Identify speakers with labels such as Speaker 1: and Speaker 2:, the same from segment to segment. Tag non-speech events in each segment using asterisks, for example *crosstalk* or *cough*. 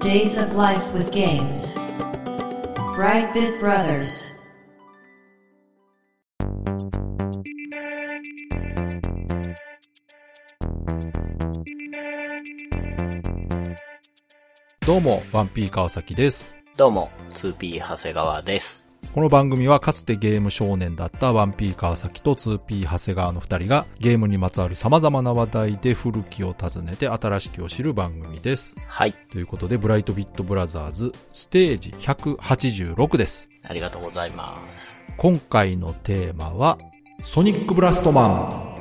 Speaker 1: Days of Life with Games. Brightbit Brothers.
Speaker 2: どうも、ワンピー川崎です。
Speaker 3: どうも、2P 長谷川です。
Speaker 2: この番組はかつてゲーム少年だったワンピー川崎と 2P 長谷川の二人がゲームにまつわる様々な話題で古きを訪ねて新しきを知る番組です。
Speaker 3: はい。
Speaker 2: ということで、ブライトビットブラザーズステージ186です。
Speaker 3: ありがとうございます。
Speaker 2: 今回のテーマはソニックブラストマ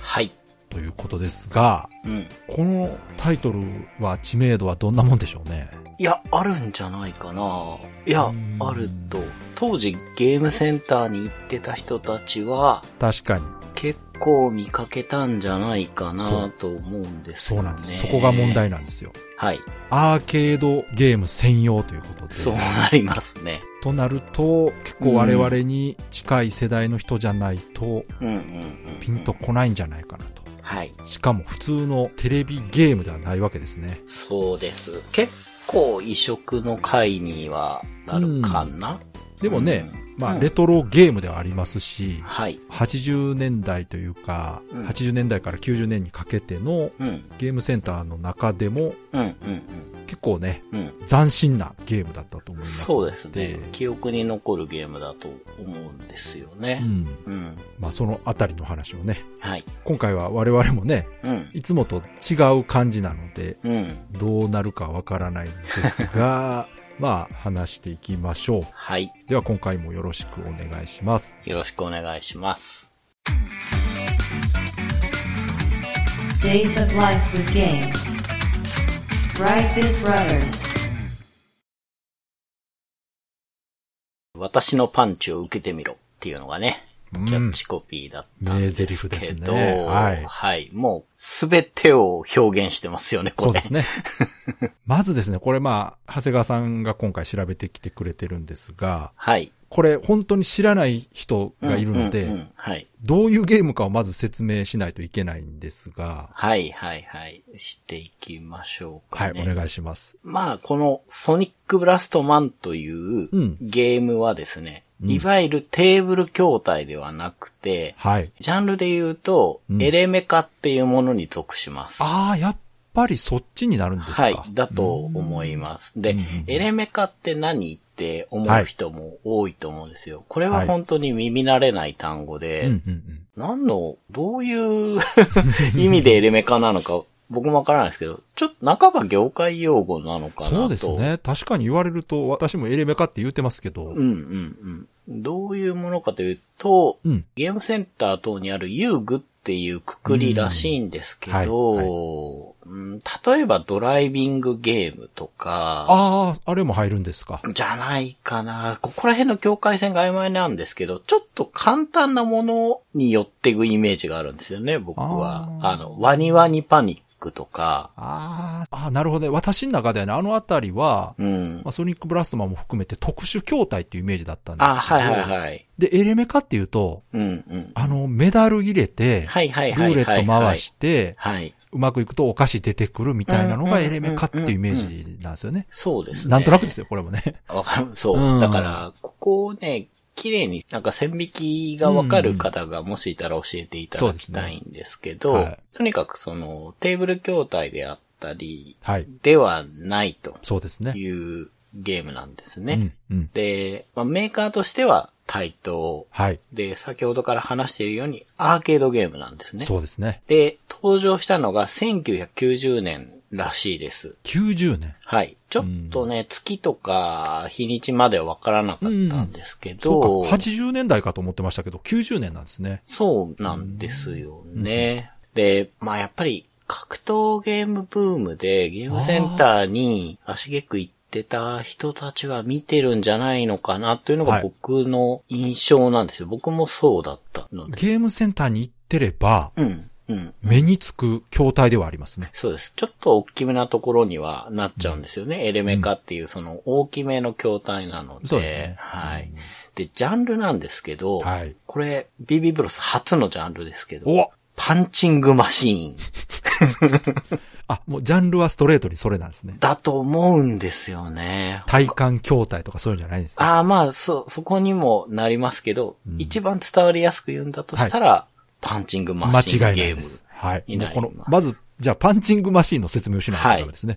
Speaker 3: はい。
Speaker 2: ンということですが、
Speaker 3: うん。
Speaker 2: このタイトルは知名度はどんなもんでしょうね。
Speaker 3: いや、あるんじゃないかないや
Speaker 2: うー、ん
Speaker 3: あると。当時ゲームセンターに行ってた人たちは、
Speaker 2: 確かに。
Speaker 3: 結構見かけたんじゃないか
Speaker 2: そう
Speaker 3: なと思うんです
Speaker 2: そ
Speaker 3: よ
Speaker 2: う
Speaker 3: ね。
Speaker 2: なんです。そこが問。題なんですよ。
Speaker 3: はい。
Speaker 2: アーケードゲーム専用ということで。
Speaker 3: そうなりますね。
Speaker 2: となると、結構我々に近い世代の人じゃないと、
Speaker 3: うんうんうん。
Speaker 2: ピンと。こないんじゃないかなと。
Speaker 3: はい。
Speaker 2: しかも普通のテレビゲームではないわけですね。
Speaker 3: そうです。結構異色の回にはなるかな、
Speaker 2: でもね、
Speaker 3: うん
Speaker 2: まあ、
Speaker 3: うん
Speaker 2: レトロゲームではありますし、
Speaker 3: はい。
Speaker 2: 80年代というか、
Speaker 3: うん
Speaker 2: 80年代から90年にかけての
Speaker 3: うん。
Speaker 2: ゲームセンターの中でも、
Speaker 3: うんうん
Speaker 2: 結構ね、
Speaker 3: うん。うん。
Speaker 2: 斬新なゲームだったと思います。
Speaker 3: そうですね。記憶に残るゲームだと思うんですよ
Speaker 2: う
Speaker 3: ね。
Speaker 2: ん。
Speaker 3: うん。
Speaker 2: まあ、そのあたりの話をね、
Speaker 3: はい。
Speaker 2: 今回は我々もね、
Speaker 3: うん。
Speaker 2: いつもと違う感じなので、
Speaker 3: うん。
Speaker 2: どうなるかわからないんです
Speaker 3: *laughs*
Speaker 2: が、まあ、話していきましょう。
Speaker 3: はい。
Speaker 2: では、今回もよろしくお願いします。
Speaker 3: よろしくお願いします。
Speaker 1: Days of Life with Games. Brightbit Brothers.
Speaker 3: 私のパンチを受けてみろっていうのがね、
Speaker 2: う
Speaker 3: キャッ
Speaker 2: ん。
Speaker 3: チコピーだった
Speaker 2: 名
Speaker 3: んで
Speaker 2: 台
Speaker 3: す
Speaker 2: 詞です
Speaker 3: け
Speaker 2: ね。
Speaker 3: ど、
Speaker 2: はい。
Speaker 3: はい。もう、すべてを表現してますよね、
Speaker 2: そう
Speaker 3: これ。
Speaker 2: ですね。 *laughs* まずですね、これまあ、長谷川さんが今回調べてきてくれてるんですが、
Speaker 3: はい。
Speaker 2: これ本当に知らない人がいるの
Speaker 3: うんうんう
Speaker 2: で、
Speaker 3: んはい。
Speaker 2: どういうゲームかをまず説明しないといけないんですが、
Speaker 3: はい、はい、はい。していきましょう
Speaker 2: は
Speaker 3: か
Speaker 2: い、
Speaker 3: ね。
Speaker 2: お願いします。
Speaker 3: まあ、このソニックブラストマンという
Speaker 2: うん
Speaker 3: ゲームはですね、
Speaker 2: うん
Speaker 3: いわゆるテーブル筐体ではなくて、
Speaker 2: はい。
Speaker 3: ジャンルで言うと、
Speaker 2: うん
Speaker 3: エレメカっていうものに属します。
Speaker 2: ああ、やっぱりそっちになるんですか
Speaker 3: はい、だと思います。で、
Speaker 2: うんうん
Speaker 3: エレメカって何って思う人も多いと思うんですよ。これ
Speaker 2: は
Speaker 3: はい本当に耳慣れない単語で、
Speaker 2: うんうんうん。
Speaker 3: 何の、どういう *laughs* 意味でエレメカなのか、僕もわからないですけど、ちょっと半ば業界用語なのかなと。
Speaker 2: そうですね。確かに言われると、私もエレメカって言ってますけど、
Speaker 3: うんうんうん。どういうものかというと、
Speaker 2: うん。
Speaker 3: ゲームセンター等にある遊具っていうくくりらしいんですけ
Speaker 2: うんはい
Speaker 3: ど、うん例えばドライビングゲームとか、
Speaker 2: ああ、あれも入るんですか。
Speaker 3: じゃないかな。ここら辺の境界線が曖昧なんですけど、ちょっと簡単なものに寄っていくイメージがあるんですよね、僕は。
Speaker 2: あー
Speaker 3: あの、ワニワニパニックとか、
Speaker 2: あーあー、なるほどね。私の中ではね、あのあたりは、
Speaker 3: うん
Speaker 2: ま。あ、ソニックブラストマンも含めて特殊筐体っていうイメージだったんですけど。
Speaker 3: あ、はいはいはい。
Speaker 2: で、エレメカっていうと、
Speaker 3: うんうん。
Speaker 2: あの、メダル入れて、
Speaker 3: はいはい
Speaker 2: ル
Speaker 3: はいはい。
Speaker 2: ーレット回して、
Speaker 3: はい。
Speaker 2: うまくいくとお菓子出てくるみたいなのが
Speaker 3: うんうんうん
Speaker 2: エレメカっていうイメージなんですよね。
Speaker 3: そうですね。
Speaker 2: なんとなくですよ、これもね。 *laughs*
Speaker 3: わかる、そう。
Speaker 2: うん
Speaker 3: だから、ここをね、綺麗に、なんか線引きがわかる方がもしいたら教えていただきたいんですけど、
Speaker 2: そうですね
Speaker 3: とにかくその、テーブル筐体であったり、
Speaker 2: はい。
Speaker 3: ではないと
Speaker 2: そうですね。
Speaker 3: いうゲームなんですね。
Speaker 2: うん、うん。
Speaker 3: で、まあ、メーカーとしては対等。
Speaker 2: はい。
Speaker 3: で、先ほどから話しているように、アーケードゲームなんですね。
Speaker 2: そうですね。
Speaker 3: で、登場したのが1990年らしいです。
Speaker 2: 90年。
Speaker 3: はい。ちょっとね、月とか日にちまではわからなかったんですけ
Speaker 2: そ
Speaker 3: ど、
Speaker 2: うか、80年代かと思ってましたけど、90年なんですね。
Speaker 3: そうなんですよね。で、まあやっぱり格闘ゲームブームでゲームセンターに足げく行ってた人たちは見てるんじゃないのかなというの
Speaker 2: は
Speaker 3: が
Speaker 2: い
Speaker 3: 僕の印象なんですよ。僕もそうだったので。
Speaker 2: ゲームセンターに行ってれば、
Speaker 3: うん、うん。
Speaker 2: 目につく筐体ではありますね。
Speaker 3: そうです。ちょっと大きめなところにはなっちゃうんですよね。エレメカっていうその大きめの筐体なので。
Speaker 2: そうですね
Speaker 3: はい。で、ジャンルなんですけど、
Speaker 2: はい。
Speaker 3: これ、BB ブロス初のジャンルですけど、
Speaker 2: お
Speaker 3: パンチングマシーン。
Speaker 2: あ、もうジャンルはストレートにそれなんですね。
Speaker 3: だと思うんですよね。
Speaker 2: 体感筐体とかそういうんじゃないんですね。
Speaker 3: ああ、まあ、そ、そこにもなりますけど、
Speaker 2: うん
Speaker 3: 一番伝わりやすく言うんだとしたら、パンチング
Speaker 2: 間
Speaker 3: マシンゲーム。
Speaker 2: 違いないです。はい。
Speaker 3: に
Speaker 2: も
Speaker 3: な
Speaker 2: う
Speaker 3: り
Speaker 2: こ
Speaker 3: ます
Speaker 2: の、まず、じゃあパンチングマシーンの説明をしないとダメですね。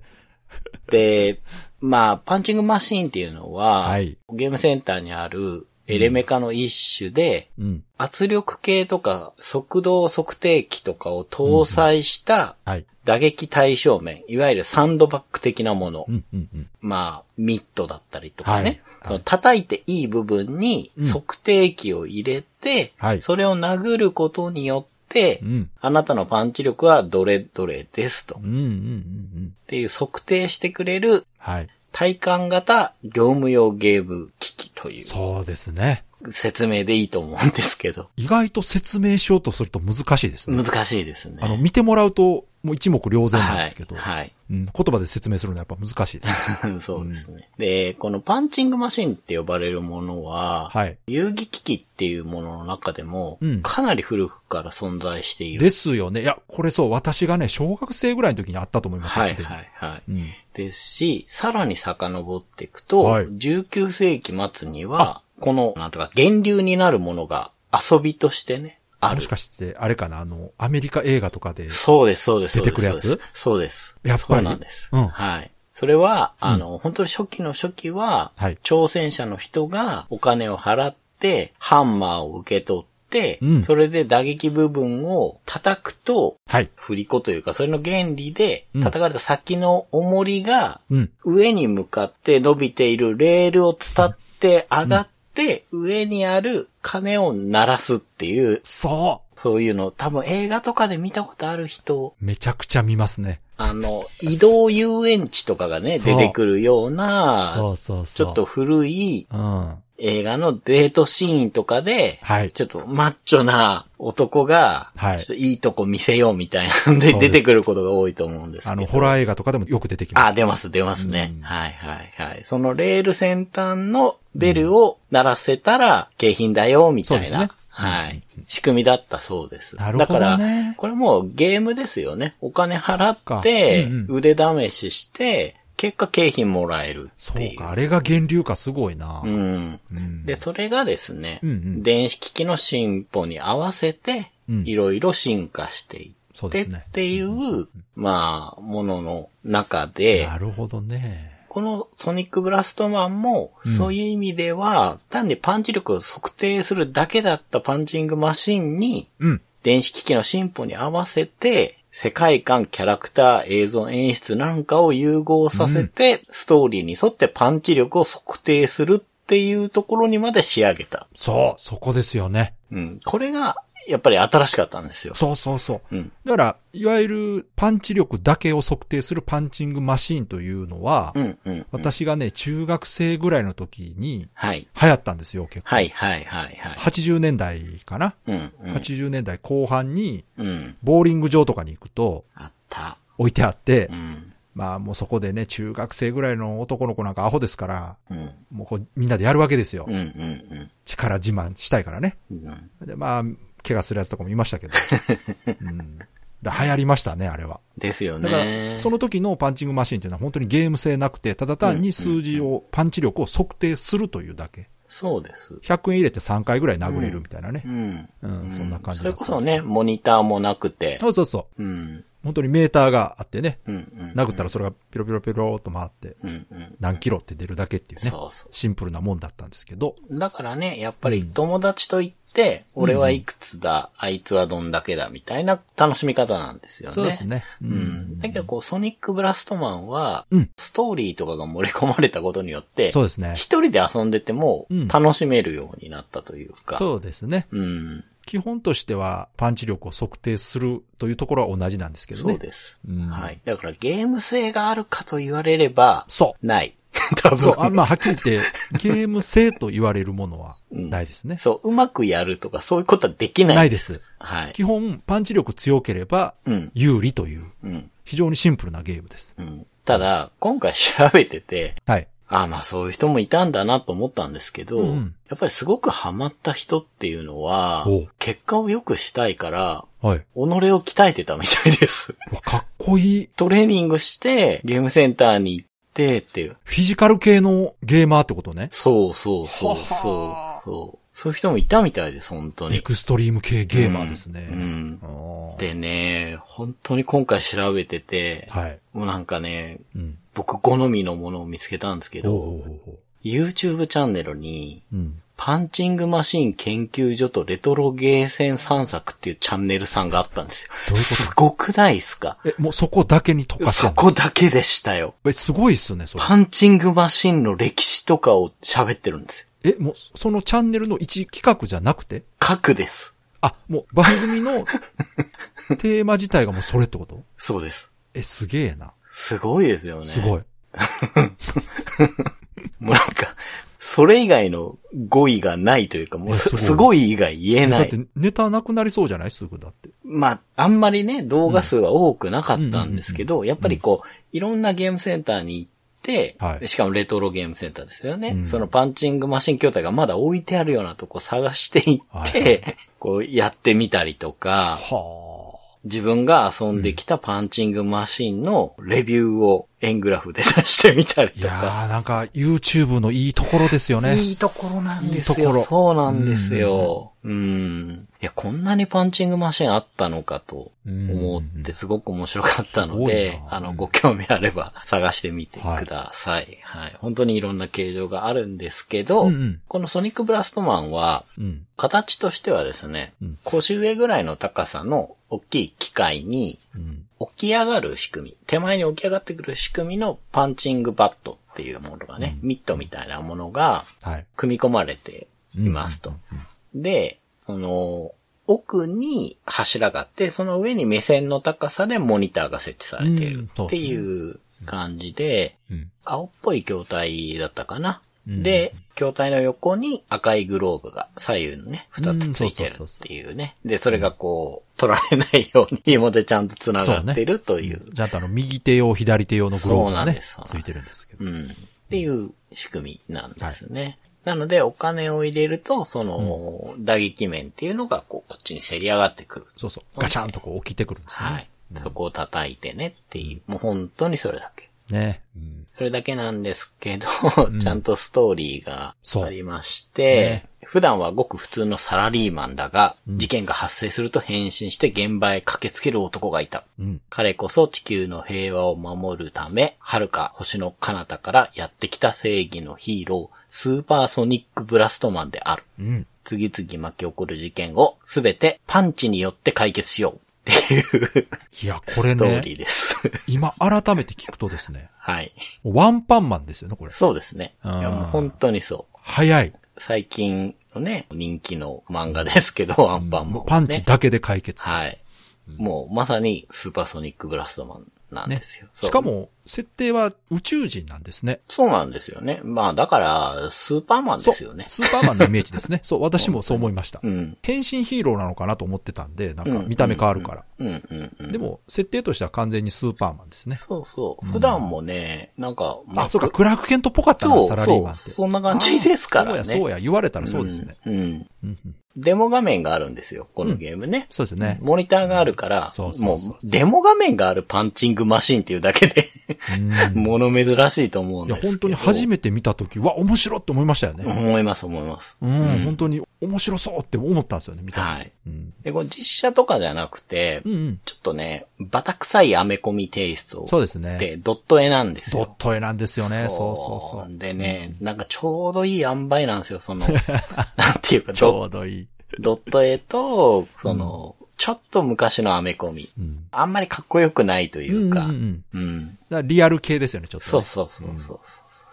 Speaker 3: で、まあ、パンチングマシーンっていうのは、
Speaker 2: はい
Speaker 3: ゲームセンターにあるエレメカの一種で、
Speaker 2: うん。
Speaker 3: 圧力計とか速度測定器とかを搭載した
Speaker 2: はい。
Speaker 3: 打撃対象面、いわゆるサンドバッグ的なもの、
Speaker 2: うん、うん、うん。
Speaker 3: まあ、ミットだったりと
Speaker 2: は
Speaker 3: かね、
Speaker 2: いはい
Speaker 3: その叩いていい部分に
Speaker 2: うん
Speaker 3: 測定器を入れて、
Speaker 2: はい
Speaker 3: それを殴ることによって、
Speaker 2: うん。
Speaker 3: あなたのパンチ力はどれどれですと。
Speaker 2: うん、うん、うん、うん。
Speaker 3: っていう測定してくれる
Speaker 2: はい。
Speaker 3: 体感型業務用ゲーム機器とい
Speaker 2: そうですね。
Speaker 3: う説明でいいと思うんですけど、
Speaker 2: 意外と説明しようとすると難しいですね。
Speaker 3: 難しいですね。
Speaker 2: あの、見てもらうと、もう一目瞭然なんですけど、
Speaker 3: はい。
Speaker 2: うん、言葉で説明するのはやっぱ難しいです。
Speaker 3: はい、 *laughs* そうですね、で、このパンチングマシンって呼ばれるものは、
Speaker 2: はい。
Speaker 3: 遊戯機器っていうものの中でも、
Speaker 2: うん
Speaker 3: かなり古くから存在している。
Speaker 2: ですよね。いや、これそう、私がね、小学生ぐらいの時にあったと思いますよ
Speaker 3: はい
Speaker 2: すでに
Speaker 3: はいはい。
Speaker 2: うん。
Speaker 3: ですし、さらに遡っていくと、
Speaker 2: はい
Speaker 3: 19世紀末には、この、なんとか、源流になるものが遊びとしてね、あ
Speaker 2: も
Speaker 3: る
Speaker 2: し。かして、あれかな、あの、アメリカ映画とかで、
Speaker 3: そうです、そうです。
Speaker 2: 出てくるやつ
Speaker 3: そうですそうです。
Speaker 2: やっぱり
Speaker 3: そうなんです。
Speaker 2: うん
Speaker 3: はい。それは、あの、本当に初期の初期は、
Speaker 2: はい
Speaker 3: 挑戦者の人がお金を払って、ハンマーを受け取って、
Speaker 2: うん
Speaker 3: それで打撃部分を叩くと、
Speaker 2: はい。
Speaker 3: 振り子というか、それの原理で、
Speaker 2: うん
Speaker 3: 叩かれた先の重りが、
Speaker 2: うん。
Speaker 3: 上に向かって伸びているレールを伝って上がって、上にある鐘を鳴らすっていう、
Speaker 2: そ
Speaker 3: そういうの、多分映画とかで見たことある人、
Speaker 2: うめちゃくちゃ見ますね。
Speaker 3: あの、移動遊園地とかがね、
Speaker 2: そ
Speaker 3: 出
Speaker 2: う
Speaker 3: てくるような、
Speaker 2: そうそう
Speaker 3: ち
Speaker 2: そう。
Speaker 3: ょっと。古い
Speaker 2: うん。は
Speaker 3: 映画のデートシーンとかで、
Speaker 2: い。
Speaker 3: ちょっとマッチョな男が、
Speaker 2: はい
Speaker 3: い、ちょっといいとこ見せようみたいなんで
Speaker 2: そうで
Speaker 3: 出
Speaker 2: す
Speaker 3: てくることが多いと思うんですけど。
Speaker 2: あの、ホラー映画とかでもよく出てきます。
Speaker 3: あ、出ます、出ますね。
Speaker 2: うん
Speaker 3: はい、はい、はい。そのレール先端のベルを鳴らせたら景品だよ、みた
Speaker 2: そうで
Speaker 3: い
Speaker 2: す
Speaker 3: な、
Speaker 2: ね
Speaker 3: はい。仕組みだったそうです。
Speaker 2: なるほどね
Speaker 3: だから、これもうゲームですよね。お金払
Speaker 2: そっか
Speaker 3: っ
Speaker 2: う
Speaker 3: て
Speaker 2: んう、ん
Speaker 3: 腕試しして、結果景品もらえるっ
Speaker 2: そ
Speaker 3: ていう。
Speaker 2: うか、あれが源流かすごいな。
Speaker 3: うん。
Speaker 2: うん
Speaker 3: で、それがですね、
Speaker 2: うんうん
Speaker 3: 電子機器の進歩に合わせて
Speaker 2: うん、
Speaker 3: いろいろ進化してい
Speaker 2: そう
Speaker 3: っ
Speaker 2: で
Speaker 3: てっ
Speaker 2: すね
Speaker 3: ていう、まあ、ものの中で、
Speaker 2: なるほどね。
Speaker 3: このソニックブラストマンも
Speaker 2: うん、
Speaker 3: そういう意味では、単にパンチ力を測定するだけだったパンチングマシンに、
Speaker 2: うん。
Speaker 3: 電子機器の進歩に合わせて、世界観、キャラクター、映像、演出なんかを融合させて、ストーリーに沿ってパンチ力を測定するっていうところにまで仕上げた。
Speaker 2: そう、そこですよね。
Speaker 3: うん。これが、やっぱり新しかったんですよ。
Speaker 2: そうそうそう。
Speaker 3: うん。
Speaker 2: だから、いわゆるパンチ力だけを測定するパンチングマシーンというのは、
Speaker 3: うん、うん。
Speaker 2: 私がね、中学生ぐらいの時に
Speaker 3: はい。
Speaker 2: 流行ったんですよ、結構。
Speaker 3: はい、はい、はい、はい。
Speaker 2: 80年代かな、
Speaker 3: うん、う
Speaker 2: ?80 年代後半に、
Speaker 3: ん。うん。
Speaker 2: ボーリング場とかに行くと
Speaker 3: あった。
Speaker 2: 置いてあって、
Speaker 3: うん。
Speaker 2: まあもうそこでね、中学生ぐらいの男の子なんかアホですから、
Speaker 3: うん。
Speaker 2: もうこうみんなでやるわけですよ
Speaker 3: うん、。うん、
Speaker 2: 力自慢したいからね。
Speaker 3: うん。うん
Speaker 2: で、まあ、怪我するやつとかもいました
Speaker 3: *laughs*
Speaker 2: けど。うん、だ流行りましたね、あれは。
Speaker 3: ですよ
Speaker 2: だから、
Speaker 3: ね。
Speaker 2: その時のパンチングマシンっていうのは本当にゲーム性なくて、ただ単に数字を、パンチ力を測定するというだけ。
Speaker 3: そうです。
Speaker 2: 100円入れて3回ぐらい殴れるみたいなね
Speaker 3: う。ん。
Speaker 2: うん、そんな感じ
Speaker 3: そ
Speaker 2: だ
Speaker 3: れ
Speaker 2: った
Speaker 3: こ
Speaker 2: ん
Speaker 3: そ
Speaker 2: ですよ
Speaker 3: ね、。モニターもなくて。
Speaker 2: そうそうそう。
Speaker 3: うん。
Speaker 2: 本当にメーターがあってね。
Speaker 3: うん。うん。
Speaker 2: 殴ったらそれがピロピロピローっと回って、
Speaker 3: うん。うん。
Speaker 2: 何キロって出るだけっていうね。
Speaker 3: そうそ
Speaker 2: シンプルなもんだったんですけど。
Speaker 3: う。だからね、やっぱり
Speaker 2: うん
Speaker 3: 友達と行って、俺はいくつだ、あいつはどんだけだ、みたいな楽しみ方なんですよね。
Speaker 2: そうです。ね。う
Speaker 3: うん。だけどこう、ソニックブラストマンは、
Speaker 2: うん
Speaker 3: ストーリーとかが盛り込まれたことによって、
Speaker 2: そうですね。
Speaker 3: 一人で遊んでても
Speaker 2: うん
Speaker 3: 楽しめるようになったというか。
Speaker 2: そうですね。
Speaker 3: う。うん。
Speaker 2: 基本としてはパンチ力を測定するというところは同じなんですけどね。
Speaker 3: そうです。
Speaker 2: うん
Speaker 3: はい。だからゲーム性があるかと言われれば、
Speaker 2: そ *laughs*
Speaker 3: ない。多
Speaker 2: う。
Speaker 3: 分。
Speaker 2: そう。あまあ、はっきり言って、ゲーム性と言われるものはないですね。
Speaker 3: そう、うまくやるとか、そういうことはできない。
Speaker 2: ないです。
Speaker 3: はい。
Speaker 2: 基本、パンチ力強ければ
Speaker 3: うん、
Speaker 2: 有利という、
Speaker 3: うん、
Speaker 2: 非常にシンプルなゲームです。
Speaker 3: うん。ただ、今回調べてて、
Speaker 2: はい。
Speaker 3: ああ、まあそういう人もいたんだなと思ったんですけど、
Speaker 2: うん
Speaker 3: やっぱりすごくハマった人っていうのは
Speaker 2: お、
Speaker 3: 結果を良くしたいから、
Speaker 2: はい。
Speaker 3: 己を鍛えてたみたいです。 *laughs*
Speaker 2: うわ、かっここいい。
Speaker 3: トレーニングして、ゲームセンターに行ってっていう。
Speaker 2: フィジカル系のゲーマーってことね。
Speaker 3: そうそうそう
Speaker 2: は
Speaker 3: そう。そう。そういう人もいたみたいです、本当
Speaker 2: エ
Speaker 3: に。
Speaker 2: クストリーム系ゲーマーですね。
Speaker 3: うん。
Speaker 2: あー
Speaker 3: でね、本当に今回調べてて、
Speaker 2: はい。
Speaker 3: もうなんかね、
Speaker 2: うん。
Speaker 3: 僕好みのものを見つけたんですけ
Speaker 2: お
Speaker 3: ど、
Speaker 2: うおうおう
Speaker 3: YouTube チャンネルに、
Speaker 2: うん。
Speaker 3: パンチングマシーン研究所とレトロゲーセン散策っていうチャンネルさんがあったんですよ。
Speaker 2: どういうこと
Speaker 3: すごくないですか
Speaker 2: え、もうそこだけに特化して
Speaker 3: そ
Speaker 2: んの
Speaker 3: こだけでしたよ。
Speaker 2: え、すごいっすね、それ。
Speaker 3: パンチングマシンの歴史とかを喋ってるんですよ。
Speaker 2: え、もう、そのチャンネルの一企画じゃなくて
Speaker 3: 核です。
Speaker 2: あ、もう番組
Speaker 3: *laughs*
Speaker 2: のテーマ自体がもうそれってこと
Speaker 3: そうです。
Speaker 2: え、すげえな。
Speaker 3: すごいですよね。
Speaker 2: すごい。
Speaker 3: い。もうなんか、それ以外の語彙がないというか、もう
Speaker 2: え
Speaker 3: す
Speaker 2: すごい
Speaker 3: すごい以外言え
Speaker 2: だ
Speaker 3: な
Speaker 2: っ
Speaker 3: い
Speaker 2: て。ネタなくなりそうじゃないすぐだって。
Speaker 3: まあ、あんまりね、動画数は多くなかったんですけど、やっぱりこう、いろんなゲームセンターに行って、
Speaker 2: はい
Speaker 3: でしかもレトロゲームセンターですよね。
Speaker 2: うん
Speaker 3: そのパンチングマシン筐体がまだ置いてあるようなとこ探していって、
Speaker 2: はい
Speaker 3: こうやってみたりとか、
Speaker 2: は
Speaker 3: 自分が遊んできたパンチングマシンのレビューを円グラフで出してみたり
Speaker 2: い
Speaker 3: と
Speaker 2: や
Speaker 3: か。
Speaker 2: ー、なんか YouTube のいいところですよね。
Speaker 3: いいところなんですよ。
Speaker 2: いいところ
Speaker 3: そうなんですよ。うん。いや、こんなにパンチングマシンあったのかと。思ってすごく面白かったの
Speaker 2: す
Speaker 3: で
Speaker 2: ごい、な
Speaker 3: あ
Speaker 2: う
Speaker 3: の、
Speaker 2: ん
Speaker 3: ご興味あれば探してみてください。はい、本当にいろんな形状があるんですけど、
Speaker 2: うんうん
Speaker 3: このソニックブラストマンは、
Speaker 2: うん。
Speaker 3: 形としてはですね、
Speaker 2: うん
Speaker 3: 腰上ぐらいの高さの大きい機械に
Speaker 2: うん。
Speaker 3: 起き上がる仕組み、手前に起き上がってくる仕組みのパンチングバットっていうものがね、ミットみたいなものが
Speaker 2: はい。
Speaker 3: 組み込まれていますと。で、その、奥に柱があって、その上に目線の高さでモニターが設置されているっていう感じで、
Speaker 2: うん。
Speaker 3: 青っぽい筐体だったかな。
Speaker 2: うん
Speaker 3: で、筐体の横に赤いグローブが左右のね、二つついてる
Speaker 2: うんそうそう
Speaker 3: っ
Speaker 2: そう
Speaker 3: ていうね。で、それがこう、取られないように紐でちゃんと繋がってるという、
Speaker 2: ちゃんとあの、右手用、左手用のグローブ
Speaker 3: そ
Speaker 2: が
Speaker 3: うなんで
Speaker 2: ね
Speaker 3: す、
Speaker 2: ついてるんですけど。
Speaker 3: うん。っていう仕組みなんですね。なので、お金を入れると、その、打撃面っていうのが、こう、こっちにせり上がってくる。
Speaker 2: そうそう。ガシャンとこう起きてくるんですね。
Speaker 3: はい。そこを叩いてねっていう、もう本当にそれだけ。
Speaker 2: ね。うん。
Speaker 3: それだけなんですけど、
Speaker 2: ん
Speaker 3: ちゃんとストーリーが
Speaker 2: そう
Speaker 3: ありまして、普段はごく普通のサラリーマンだが、
Speaker 2: うん
Speaker 3: 事件が発生すると変身して現場へ駆けつける男がいた。
Speaker 2: うん。
Speaker 3: 彼こそ地球の平和を守るため、遥か星の彼方からやってきた正義のヒーロー、スーパーソニックブラストマンである。
Speaker 2: うん。
Speaker 3: 次々巻き起こる事件をすべてパンチによって解決しようっていう
Speaker 2: いや、これ
Speaker 3: ストーリ
Speaker 2: ね、
Speaker 3: ーです。
Speaker 2: 今改めて聞くとですね、
Speaker 3: *laughs* はい。
Speaker 2: ワンパンマンですよね、これ。
Speaker 3: そうですね。い
Speaker 2: あー
Speaker 3: やもう本当にそう。
Speaker 2: 早い。
Speaker 3: 最近のね、人気の漫画ですけど、アンパンマン、
Speaker 2: も
Speaker 3: ね。
Speaker 2: うパンチだけで解決。
Speaker 3: はい。もうまさにスーパーソニックブラストマンなん
Speaker 2: ね
Speaker 3: ですよ。。そう
Speaker 2: しかも、設定は宇宙人なんですね。
Speaker 3: そうなんですよね。まあだから、スーパーマン
Speaker 2: そ
Speaker 3: で
Speaker 2: う。
Speaker 3: すよね。
Speaker 2: スーパーマンのイメージ
Speaker 3: *laughs*
Speaker 2: ですね。そう、私もそう思いました
Speaker 3: う。ん。
Speaker 2: 変身ヒーローなのかなと思ってたんで、なんか見た目変わるから。
Speaker 3: うんうんうん。
Speaker 2: でも、設定としては完全にスーパーマンですね。
Speaker 3: そうそう。普段もね、なんか、
Speaker 2: あ、そうか、
Speaker 3: ク
Speaker 2: クラークケントっぽかったな、
Speaker 3: そう
Speaker 2: サラリーマンっ
Speaker 3: そ
Speaker 2: て。
Speaker 3: うそんな感じですからね
Speaker 2: あーそうや、そうや、言われたらそうですね。。
Speaker 3: うんうん。
Speaker 2: うんうん
Speaker 3: デモ画面があるんですよ、このゲームね。
Speaker 2: そうですね。
Speaker 3: モニターがあるから、
Speaker 2: そうそ
Speaker 3: も
Speaker 2: うそう
Speaker 3: う、デモ画面があるパンチングマシンっていうだけで、
Speaker 2: うん
Speaker 3: *laughs* 物珍しいと思うん
Speaker 2: い
Speaker 3: で
Speaker 2: や、
Speaker 3: すけど。
Speaker 2: 本当に初
Speaker 3: め
Speaker 2: めて見たとき、わ、面白いって思いましたよね。
Speaker 3: 思います、思います。
Speaker 2: うん、本当に面白そうって思ったんですよね、見たら。
Speaker 3: はい。
Speaker 2: うん。
Speaker 3: で、これ実写とかじゃなくて
Speaker 2: う、んうん。
Speaker 3: ちょっとね、バタ臭いアメコミテイスト
Speaker 2: そうですね。
Speaker 3: で、ドット絵なんです
Speaker 2: ド
Speaker 3: よ
Speaker 2: ッ。ト絵なんですよね。そうそうそう。
Speaker 3: でね、なんかちょうどいい塩梅なんですよ、そ
Speaker 2: *laughs*
Speaker 3: の、なんていうか、
Speaker 2: ちょ
Speaker 3: ド
Speaker 2: うどいい。
Speaker 3: ドット絵と、その、ちょっと昔のアメコミ。
Speaker 2: うん。
Speaker 3: あんまりかっこよくないというか、
Speaker 2: う
Speaker 3: うん
Speaker 2: うんうんんだからリアル系ですよね、ちょっと、ね。
Speaker 3: そうそうそうそうそう。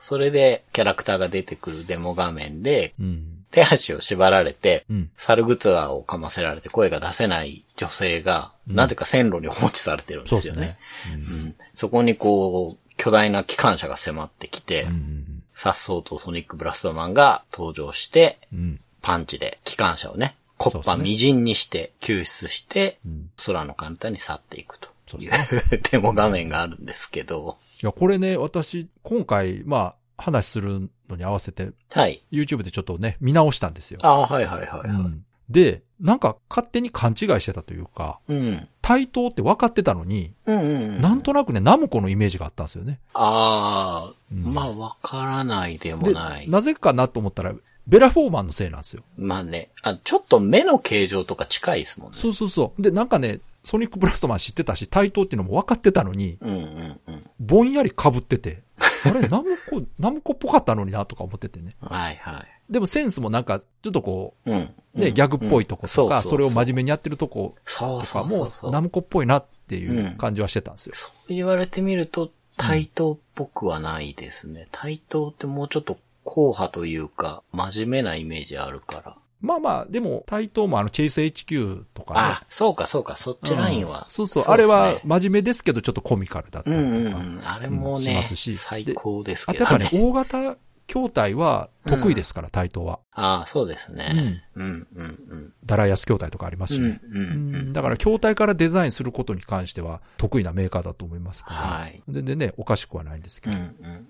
Speaker 3: それで、キャラクターが出てくるデモ画面で、
Speaker 2: うん。
Speaker 3: 手足を縛られて、
Speaker 2: うん。
Speaker 3: 猿グツアをかませられて声が出せない女性が、なぜか線路に放置されてるん
Speaker 2: そう
Speaker 3: で
Speaker 2: ですす
Speaker 3: よ
Speaker 2: ね
Speaker 3: ね。。うんそこにこう、巨大な機関車が迫ってきて、
Speaker 2: うんうん
Speaker 3: さっそうとソニックブラストマンが登場して、
Speaker 2: うん。うん。
Speaker 3: パンチで機関車をね、コッ
Speaker 2: そう
Speaker 3: パ
Speaker 2: ですね
Speaker 3: みじんにして救出して、
Speaker 2: うん
Speaker 3: 空の簡単に去ってい *laughs* くと
Speaker 2: そう
Speaker 3: い
Speaker 2: で
Speaker 3: うデモ画面があるんですけど、
Speaker 2: いや、これね、私、今回、まあ、話するのに合わせて、
Speaker 3: はい。
Speaker 2: YouTube でちょっとね、見直したんですよ。
Speaker 3: ああ、はいはいはいは
Speaker 2: う
Speaker 3: い。
Speaker 2: んで、なんか勝手に勘違いしてたというか、
Speaker 3: うん。
Speaker 2: 対等って分かってたのに、
Speaker 3: うんうん。
Speaker 2: なんとなくね、ナムコのイメージがあったんですよね。
Speaker 3: ああ、
Speaker 2: うん
Speaker 3: まあ、わからないでも
Speaker 2: で
Speaker 3: ない。
Speaker 2: なぜかなと思ったら、ベラフォーマンのせいなんですよ。
Speaker 3: まあね、あ、ちょっと目の形状とか近いですもんね。
Speaker 2: そうそうそう。で、なんかね、ソニックブラストマン知ってたし、対等っていうのも分かってたのに、
Speaker 3: うんうんうん。
Speaker 2: ぼんやり被ってて、あ
Speaker 3: *laughs*
Speaker 2: れ、ナムコ、ナムコっぽかったのになとか思っててね。
Speaker 3: はいは
Speaker 2: でもセンスもなんか、ちょっとこう、
Speaker 3: い。うん。
Speaker 2: ね、
Speaker 3: うん
Speaker 2: ギャグっぽいとことか、
Speaker 3: うん
Speaker 2: それを真面目にやってるとこ
Speaker 3: そう
Speaker 2: と
Speaker 3: そ
Speaker 2: か
Speaker 3: う
Speaker 2: も
Speaker 3: そう、そう
Speaker 2: ナムコっぽいなっていう感じはしてたんですよ。
Speaker 3: そう言われてみると、対等っぽくはないですね。対等ってもうちょっと硬派というか、真面目なイメージあるから。
Speaker 2: まあまあ、でも、対等もあの、チェイス HQ とかね。
Speaker 3: あ、そうかそうか、そっちライン
Speaker 2: う
Speaker 3: は。
Speaker 2: んそうそう
Speaker 3: っ
Speaker 2: あ
Speaker 3: す
Speaker 2: れ
Speaker 3: ね
Speaker 2: は真面目ですけど、ちょっとコミカルだった
Speaker 3: う
Speaker 2: りとか。
Speaker 3: んうんうん。あれも
Speaker 2: うんしま
Speaker 3: ね、
Speaker 2: すし
Speaker 3: 最高です
Speaker 2: あ
Speaker 3: け
Speaker 2: とや
Speaker 3: ど
Speaker 2: っぱ
Speaker 3: ね。
Speaker 2: ね、大型筐体は得意ですから、対等は。
Speaker 3: ああ、そうですね。うんうんうん。
Speaker 2: ダライアス筐体とかあります
Speaker 3: う
Speaker 2: し
Speaker 3: ん
Speaker 2: ね。
Speaker 3: う
Speaker 2: うん
Speaker 3: うん
Speaker 2: ん。だから、筐体からデザインすることに関しては、得意なメーカーだと思いますから。
Speaker 3: はい
Speaker 2: 全然ね、おかしくはないんですけ
Speaker 3: う
Speaker 2: ど。
Speaker 3: ん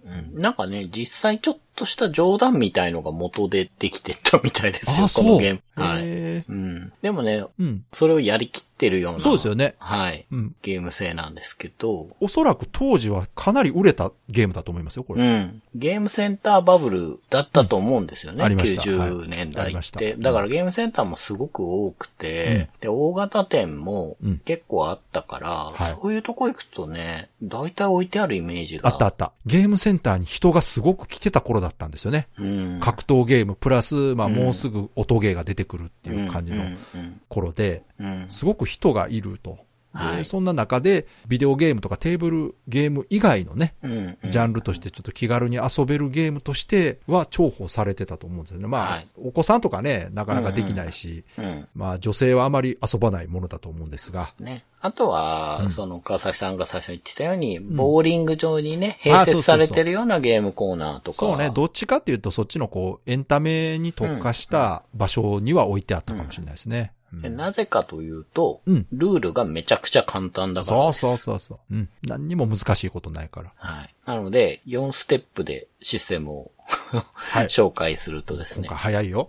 Speaker 3: うんうんなんかね、実際ちょっとした冗談みたいのが元でできてったみたいですよ、
Speaker 2: ああ、
Speaker 3: この
Speaker 2: そう。
Speaker 3: ゲー
Speaker 2: へ
Speaker 3: ム。はい。
Speaker 2: え。
Speaker 3: うん。でもね、
Speaker 2: うん。
Speaker 3: それをやりきってるような。
Speaker 2: そうですよ
Speaker 3: ね。
Speaker 2: ね。
Speaker 3: はい。
Speaker 2: うん。
Speaker 3: ゲーム性なんですけど、
Speaker 2: おそらく当時はかなり売れたゲームだと思いますよ、こ
Speaker 3: う
Speaker 2: れ。
Speaker 3: ん。ゲームセンターバブルだったと思うんですよね。
Speaker 2: うんありました
Speaker 3: 90年
Speaker 2: はいあ
Speaker 3: 代
Speaker 2: りま
Speaker 3: っ
Speaker 2: した
Speaker 3: て。
Speaker 2: うん
Speaker 3: だからゲームセンターもすごく多くて、で、大型店も
Speaker 2: うん
Speaker 3: 結構あったから、
Speaker 2: はい
Speaker 3: そういうとこ行くとね、大体置いてあるイメージ
Speaker 2: あ
Speaker 3: が。
Speaker 2: ったあった。ゲームセンターに人がすごく来てた頃だったんですよね。
Speaker 3: うん。
Speaker 2: 格闘ゲームプラス、まあ、
Speaker 3: うん
Speaker 2: もうすぐ音ゲーが出てくるっていう感じ
Speaker 3: う
Speaker 2: の
Speaker 3: んうん
Speaker 2: 頃で、
Speaker 3: うんうん
Speaker 2: すごく人がいると。
Speaker 3: は
Speaker 2: で
Speaker 3: い
Speaker 2: そんな中で、ビデオゲームとかテーブルゲーム以外のね、
Speaker 3: うんうん
Speaker 2: ジャンルとしてちょっと気軽に遊べるゲームとしては重宝されてたと思うんですよね。まあ、
Speaker 3: はい
Speaker 2: お子さんとかね、なかなかできないし、
Speaker 3: うん。
Speaker 2: まあ女性はあまり遊ばないものだと思うんですが、
Speaker 3: ね。あとは、その、川崎さんが最初に言ってたように、ボーリング場にね、
Speaker 2: あ
Speaker 3: 併
Speaker 2: そうそうそ
Speaker 3: 設
Speaker 2: う
Speaker 3: されてるようなゲームコーナーとか。
Speaker 2: そうね、どっちかっていうとそっちのこう、エンタメに特化した場所には置いてあったかもしれないですね。うん
Speaker 3: でなぜかというと、
Speaker 2: うん
Speaker 3: ルールがめちゃくちゃ簡単だから。
Speaker 2: そうそうそうそう。うん。何にも難しいことないから。
Speaker 3: はい。なので、4ステップでシステムを、 *laughs*
Speaker 2: い
Speaker 3: 紹介するとです
Speaker 2: 今
Speaker 3: ね
Speaker 2: 回、早い
Speaker 3: *laughs*
Speaker 2: よ。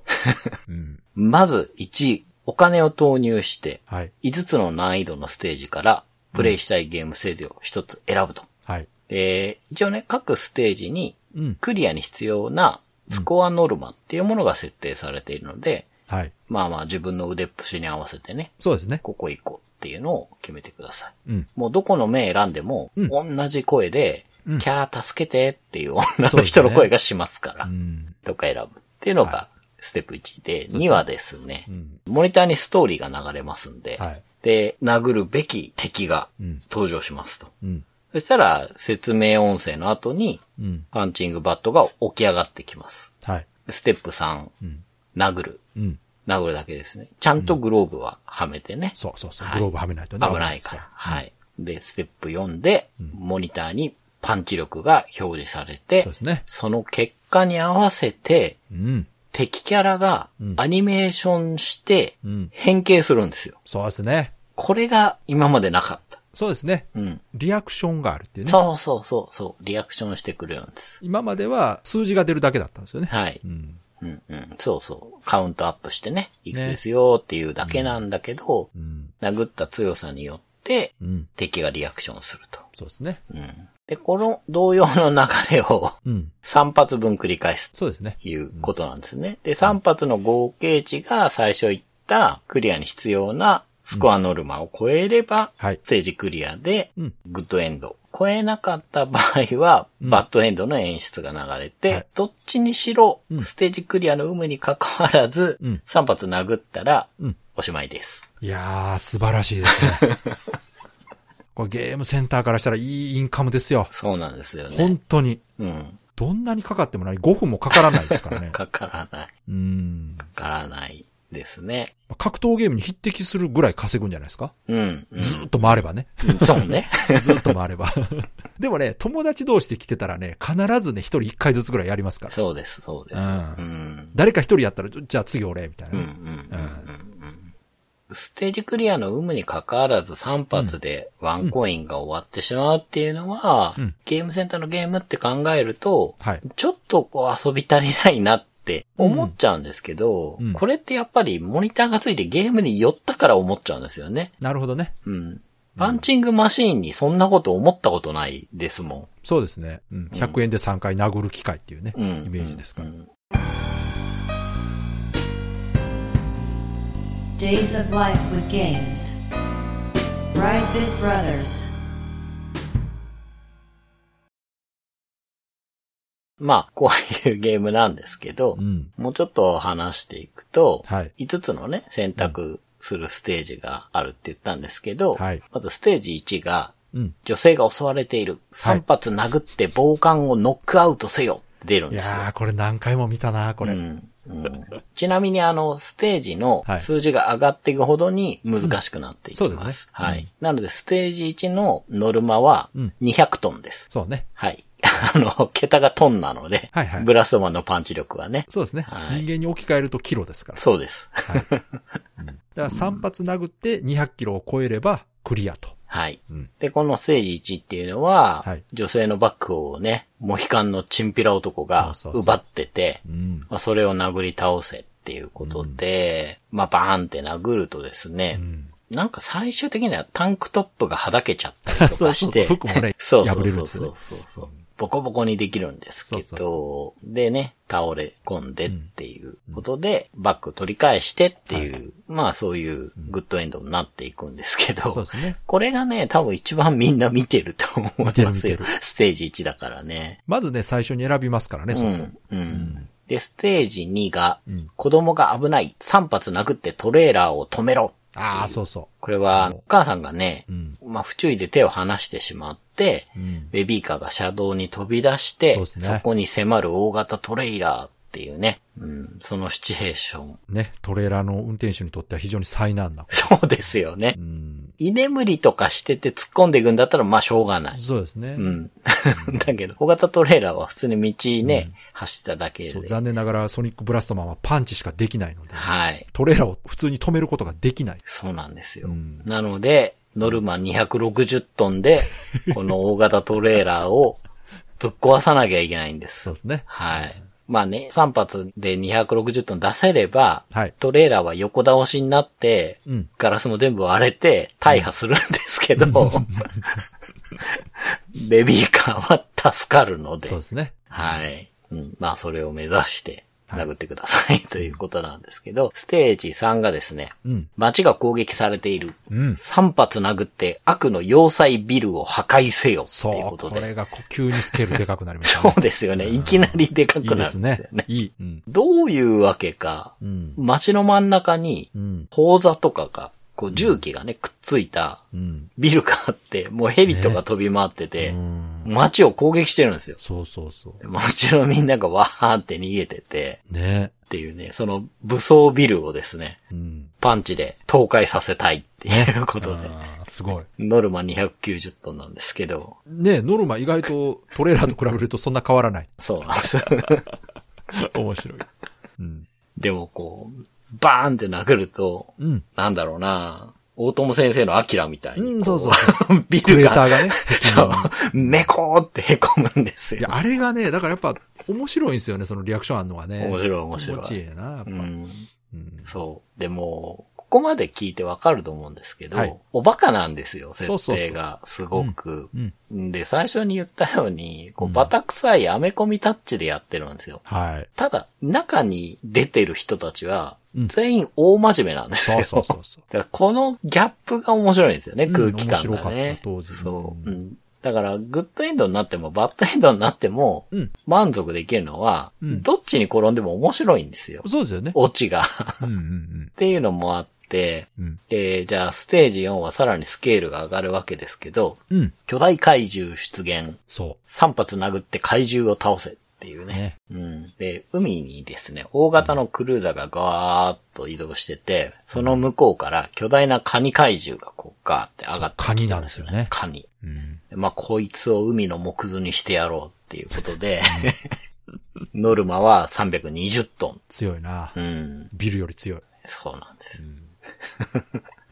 Speaker 2: うん。
Speaker 3: まず1、お金を投入して、
Speaker 2: はい。
Speaker 3: 5つの難易度のステージから、プレイしたいゲーム制度を1つ選ぶと。
Speaker 2: はい。
Speaker 3: で一応ね、各ステージに、
Speaker 2: うん。
Speaker 3: クリアに必要なスコアノルマっていうものが設定されているので、
Speaker 2: はい。
Speaker 3: まあまあ自分の腕っぷしに合わせてね、
Speaker 2: そうですね。
Speaker 3: ここ行こうっていうのを決めてください。
Speaker 2: うん。
Speaker 3: もうどこの目選んでも、
Speaker 2: うん
Speaker 3: 同じ声で、
Speaker 2: うん
Speaker 3: キャー助けてっていう女
Speaker 2: そう
Speaker 3: の
Speaker 2: ですね
Speaker 3: 人の声がしますから、
Speaker 2: うん。
Speaker 3: とか選ぶっていうのがステップ1で、2はですね
Speaker 2: う、ん。
Speaker 3: モニターにストーリーが流れますんで、
Speaker 2: はい。
Speaker 3: で、殴るべき敵が
Speaker 2: うん
Speaker 3: 登場しますと。
Speaker 2: うん。
Speaker 3: そしたら、説明音声の後に、
Speaker 2: うん。
Speaker 3: パンチングバットが起き上がってきます。
Speaker 2: はい。
Speaker 3: ステップ3、
Speaker 2: うん。
Speaker 3: 殴る。
Speaker 2: うん。
Speaker 3: 殴るだけですね。ちゃんとグローブははめてね。
Speaker 2: そうそうそう。
Speaker 3: はい
Speaker 2: グローブはめないとね。
Speaker 3: 危ない
Speaker 2: です
Speaker 3: から。はい。で、ステップ4で、モニターにパンチ力が表示されて
Speaker 2: そう、ですね。
Speaker 3: その結果に合わせて、
Speaker 2: うん。
Speaker 3: 敵キャラが
Speaker 2: うん
Speaker 3: アニメーションして
Speaker 2: うん、
Speaker 3: 変形するんですよ。
Speaker 2: そうですね。
Speaker 3: これが今までなかった。
Speaker 2: そうですね。
Speaker 3: うん。
Speaker 2: リアクションがあるっていうね。
Speaker 3: そうそうそうそう。リアクションしてくれるんです。
Speaker 2: 今までは数字が出るだけだったんですよね。
Speaker 3: はい。
Speaker 2: うん。
Speaker 3: うんうん。そうそう。カウントアップしてね、いくつですよっていうだけなんだけど、
Speaker 2: うん。
Speaker 3: 殴った強さによって
Speaker 2: うん。
Speaker 3: 敵がリアクションすると。
Speaker 2: そうですね。
Speaker 3: うん。で、この同様の流れを *laughs*
Speaker 2: うん。
Speaker 3: 3発分繰り返す
Speaker 2: そうですね。
Speaker 3: ということなんですね。で、3発の合計値が最初言ったクリアに必要なスコアノルマを超えれば、
Speaker 2: はい
Speaker 3: ステージクリアで
Speaker 2: うん。
Speaker 3: グッドエンド。超えなかった場合は、
Speaker 2: うん
Speaker 3: バッドエンドの演出が流れて、
Speaker 2: はい
Speaker 3: どっちにしろ
Speaker 2: う、ん
Speaker 3: ステージクリアの有無に関わらず、
Speaker 2: うん
Speaker 3: 3発殴ったら
Speaker 2: うん、
Speaker 3: おしまいです。
Speaker 2: いやー、素晴らしいです
Speaker 3: *laughs*
Speaker 2: ね。これゲームセンターからしたらいいインカムですよ。
Speaker 3: そうなんですよね
Speaker 2: 本。当に。
Speaker 3: うん。
Speaker 2: どんなにかかってもない。5分もかからないですからね。
Speaker 3: *laughs* かからない。
Speaker 2: うん。
Speaker 3: かからないですね。
Speaker 2: 格闘ゲームに匹敵するぐらい稼ぐんじゃないですか、
Speaker 3: うん。うん
Speaker 2: ずーっと回れば
Speaker 3: *laughs*
Speaker 2: ね。
Speaker 3: そうね。
Speaker 2: ずーっと回れば。 *laughs* でもね、友達同士で来てたらね、必ずね、一人一回ずつぐらいやりますから。
Speaker 3: *laughs* そうです、そうです。
Speaker 2: う
Speaker 3: うんん。
Speaker 2: 誰か一人やったら、じゃあ次俺、みたいな
Speaker 3: うん、うん、う
Speaker 2: ね、
Speaker 3: んうん。ステージクリアの有無に関わらず3発でワンコインが終わってしまうっていうのは、
Speaker 2: うん
Speaker 3: ゲームセンターのゲームって考えると、
Speaker 2: はい。
Speaker 3: ちょっとこう遊び足りないなっって思っちゃうんですけど、
Speaker 2: うんうん
Speaker 3: これってやっぱりモニターがついてゲームに寄ったから思っちゃうんですよね。
Speaker 2: なるほどね。
Speaker 3: うん。パンチングマシーンにそんなこと思ったことないですも
Speaker 2: そうですね。うん。100円で3回殴る機会っていうね、
Speaker 3: ん。うん。
Speaker 2: イメージですから。
Speaker 3: うん
Speaker 1: Days of Life with Games. Brightbit Brothers.
Speaker 3: まあ、こういうゲームなんですけど、
Speaker 2: うん。
Speaker 3: もうちょっと話していくと、
Speaker 2: はい。
Speaker 3: 5つのね、選択するステージがあるって言ったんですけど、
Speaker 2: はい
Speaker 3: まずステージ1が、
Speaker 2: うん。
Speaker 3: 女性が襲われている。
Speaker 2: はい
Speaker 3: 3発殴って暴漢をノックアウトせよって出るん
Speaker 2: い
Speaker 3: ですよ。
Speaker 2: やー、これ何回も見たな、これ。
Speaker 3: うんうんちなみにあの、ステージの
Speaker 2: はい
Speaker 3: 数字が上がっていくほどに難しくなっていきます。
Speaker 2: うんそうですね
Speaker 3: は
Speaker 2: うん
Speaker 3: い。なので、ステージ1のノルマは
Speaker 2: うん
Speaker 3: 200トンです。
Speaker 2: そうね。
Speaker 3: はい。 *laughs* あの、桁がトンなので、
Speaker 2: はいはい
Speaker 3: ブラストマンのパンチ力はね。
Speaker 2: そうですね。
Speaker 3: はい
Speaker 2: 人間に置き換えるとキロですから。
Speaker 3: そうです。
Speaker 2: だから3発殴って200キロを超えればクリアと。
Speaker 3: はい。
Speaker 2: うん。
Speaker 3: で、このステージ1っていうのは、
Speaker 2: はい
Speaker 3: 女性のバッグをね、モヒカンのチンピラ男が
Speaker 2: そうそうそう
Speaker 3: 奪ってて、
Speaker 2: うん。
Speaker 3: まあそれを殴り倒せっていうことで、まあバーンって殴るとですね、
Speaker 2: うん
Speaker 3: なんか最終的にはタンクトップがはだけちゃったりと
Speaker 2: そうそ *laughs* う
Speaker 3: か
Speaker 2: そう
Speaker 3: して、
Speaker 2: 服もね
Speaker 3: そうそう
Speaker 2: 破れるん
Speaker 3: そ
Speaker 2: で
Speaker 3: う
Speaker 2: す
Speaker 3: そ
Speaker 2: よね
Speaker 3: うそうそう。ボコボコにできるんですけど、
Speaker 2: そうそう
Speaker 3: でね、倒れ込んでっていうことで、バック取り返してっていう、まあそういうグッドエンドになっていくんですけど、
Speaker 2: そうですね。
Speaker 3: これがね、多分一番みんな見てると思いますよ。
Speaker 2: 見てる見てる
Speaker 3: ステージ1だからね。
Speaker 2: まずね、最初に選びますからね、
Speaker 3: う
Speaker 2: そこ。
Speaker 3: ん、うん。で、ステージ2が、
Speaker 2: うん
Speaker 3: 子供が危ない、3発殴ってトレーラーを止めろ。
Speaker 2: ああ、そうそ
Speaker 3: これは、お母さんがね
Speaker 2: う。う、ん。
Speaker 3: まあ、不注意で手を離してしまって、
Speaker 2: うん。
Speaker 3: ベビーカーが車道に飛び出して、
Speaker 2: そうです
Speaker 3: そ
Speaker 2: ね
Speaker 3: こに迫る大型トレーラーっていうね、うん、そのシチュエーション。 *laughs*
Speaker 2: ね、トレーラーの運転手にとっては非常に災難な。
Speaker 3: そうですよね
Speaker 2: う。ん。
Speaker 3: 居眠りとかしてて突っ込んでいくんだったら、まあ、しょうがない。
Speaker 2: そうですね。
Speaker 3: うん。 *laughs* だけど、小型トレーラーは普通に道ね、走っただけで
Speaker 2: そう、。残念ながらソニックブラストマンはパンチしかできないので、
Speaker 3: はい。
Speaker 2: トレーラーを普通に止めることができない。
Speaker 3: そうなんですよ。
Speaker 2: うん
Speaker 3: なので、ノルマ260トンで、この大型トレーラーをぶっ壊さなきゃいけないんです。
Speaker 2: そうですね。
Speaker 3: はい。まあね、3発で260トン出せれば、
Speaker 2: はい。
Speaker 3: トレーラーは横倒しになって、
Speaker 2: うん。
Speaker 3: ガラスも全部割れて、大破するんですけど、ベビーカーは助かるので
Speaker 2: そう、ですね。
Speaker 3: はい。うん、まあ、それを目指して、殴ってください、 *laughs* ということなんですけど、ステージ3がですね、
Speaker 2: うん。
Speaker 3: 街が攻撃されている。
Speaker 2: うん。
Speaker 3: 3発殴って悪の要塞ビルを破壊せよ、っていう
Speaker 2: そ
Speaker 3: こ
Speaker 2: う、
Speaker 3: と
Speaker 2: こ
Speaker 3: で。
Speaker 2: れが呼吸にスケールでかくなりま
Speaker 3: *laughs*
Speaker 2: した、ね。
Speaker 3: そうですよね。いきなりでか
Speaker 2: い
Speaker 3: く
Speaker 2: いで
Speaker 3: なる
Speaker 2: す
Speaker 3: んですよ
Speaker 2: ね
Speaker 3: ね。。
Speaker 2: いい。うん。
Speaker 3: どういうわけか、
Speaker 2: うん。
Speaker 3: 街の真ん中に、
Speaker 2: うん。
Speaker 3: 砲座とかが、こう重機がね、くっついた
Speaker 2: うん。
Speaker 3: ビルがあって、もうヘリとか飛び回ってて、
Speaker 2: うん
Speaker 3: 街を攻撃してるんですよ。
Speaker 2: そうそうそ
Speaker 3: もちろんみんながわーって逃げてて、
Speaker 2: う。ね。
Speaker 3: っていうね、その武装ビルをですね、
Speaker 2: うん。
Speaker 3: パンチで倒壊させたいっていうことで、
Speaker 2: あーすごい。
Speaker 3: ノルマ290トンなんですけど、
Speaker 2: ねノルマ意外とトレーラーと比べるとそんな変わらない。
Speaker 3: そうなんです。
Speaker 2: *laughs* 面白い。うん。
Speaker 3: でもこう、バーンって殴ると、
Speaker 2: うん。
Speaker 3: なんだろうな大友先生のアキラみたいにこ、
Speaker 2: うんそうそう
Speaker 3: *laughs* ビ
Speaker 2: ク
Speaker 3: ル
Speaker 2: レーター
Speaker 3: が、
Speaker 2: がね。
Speaker 3: そう、めこーって凹むんです
Speaker 2: いや
Speaker 3: よ、。
Speaker 2: あれがね、だからやっぱ面白いんですよね、そのリアクションあんのがね。
Speaker 3: 面白い面白い
Speaker 2: 気持ちいいな、やっぱ。
Speaker 3: うん、
Speaker 2: うん
Speaker 3: そう。でも、ここまで聞いてわかると思うんですけど、
Speaker 2: はい
Speaker 3: おバカなんです
Speaker 2: そ
Speaker 3: よ、
Speaker 2: う
Speaker 3: 設
Speaker 2: そうそう
Speaker 3: 定が。すごく。
Speaker 2: うん。
Speaker 3: で、最初に言ったように、こ
Speaker 2: う
Speaker 3: う、
Speaker 2: ん
Speaker 3: バタ臭いアメコミタッチでやってるんですよ。
Speaker 2: はい。
Speaker 3: ただ、中に出てる人たちは、
Speaker 2: うん
Speaker 3: 全員大真面目なんです
Speaker 2: そ
Speaker 3: よ。
Speaker 2: うそうそうそう。
Speaker 3: だからこのギャップが面白いんですよね、
Speaker 2: うん
Speaker 3: 空気感
Speaker 2: 面白か
Speaker 3: が
Speaker 2: った
Speaker 3: ね。
Speaker 2: 当時
Speaker 3: そう。
Speaker 2: う
Speaker 3: うんん。だから、グッドエンドになっても、バッドエンドになっても、
Speaker 2: うん。
Speaker 3: 満足できるのは、
Speaker 2: うん
Speaker 3: どっちに転んでも面白いんですよ。
Speaker 2: *laughs* そうですよね。
Speaker 3: オチが。
Speaker 2: うんうん
Speaker 3: っていうのもあって、
Speaker 2: うん。うん。
Speaker 3: えーじゃあステージ4はさらにスケールが上がるわけですけど、
Speaker 2: うん。
Speaker 3: 巨大怪獣出現、
Speaker 2: そ
Speaker 3: 3発殴って怪獣を倒せっていう
Speaker 2: う。
Speaker 3: ね。
Speaker 2: ね。
Speaker 3: うん。で、海にですね、大型のクルーザーがガーッと移動してて、その向こうから巨大なカニ怪獣がこうガーって上がってきて
Speaker 2: カニなんですよね。
Speaker 3: カニ。
Speaker 2: うん。
Speaker 3: まあ、こいつを海の木図にしてやろうっていうことで、 *laughs* ノルマは320ト
Speaker 2: 強いな
Speaker 3: ン。う。ん。
Speaker 2: ビルより強い。
Speaker 3: *laughs* そうなんです。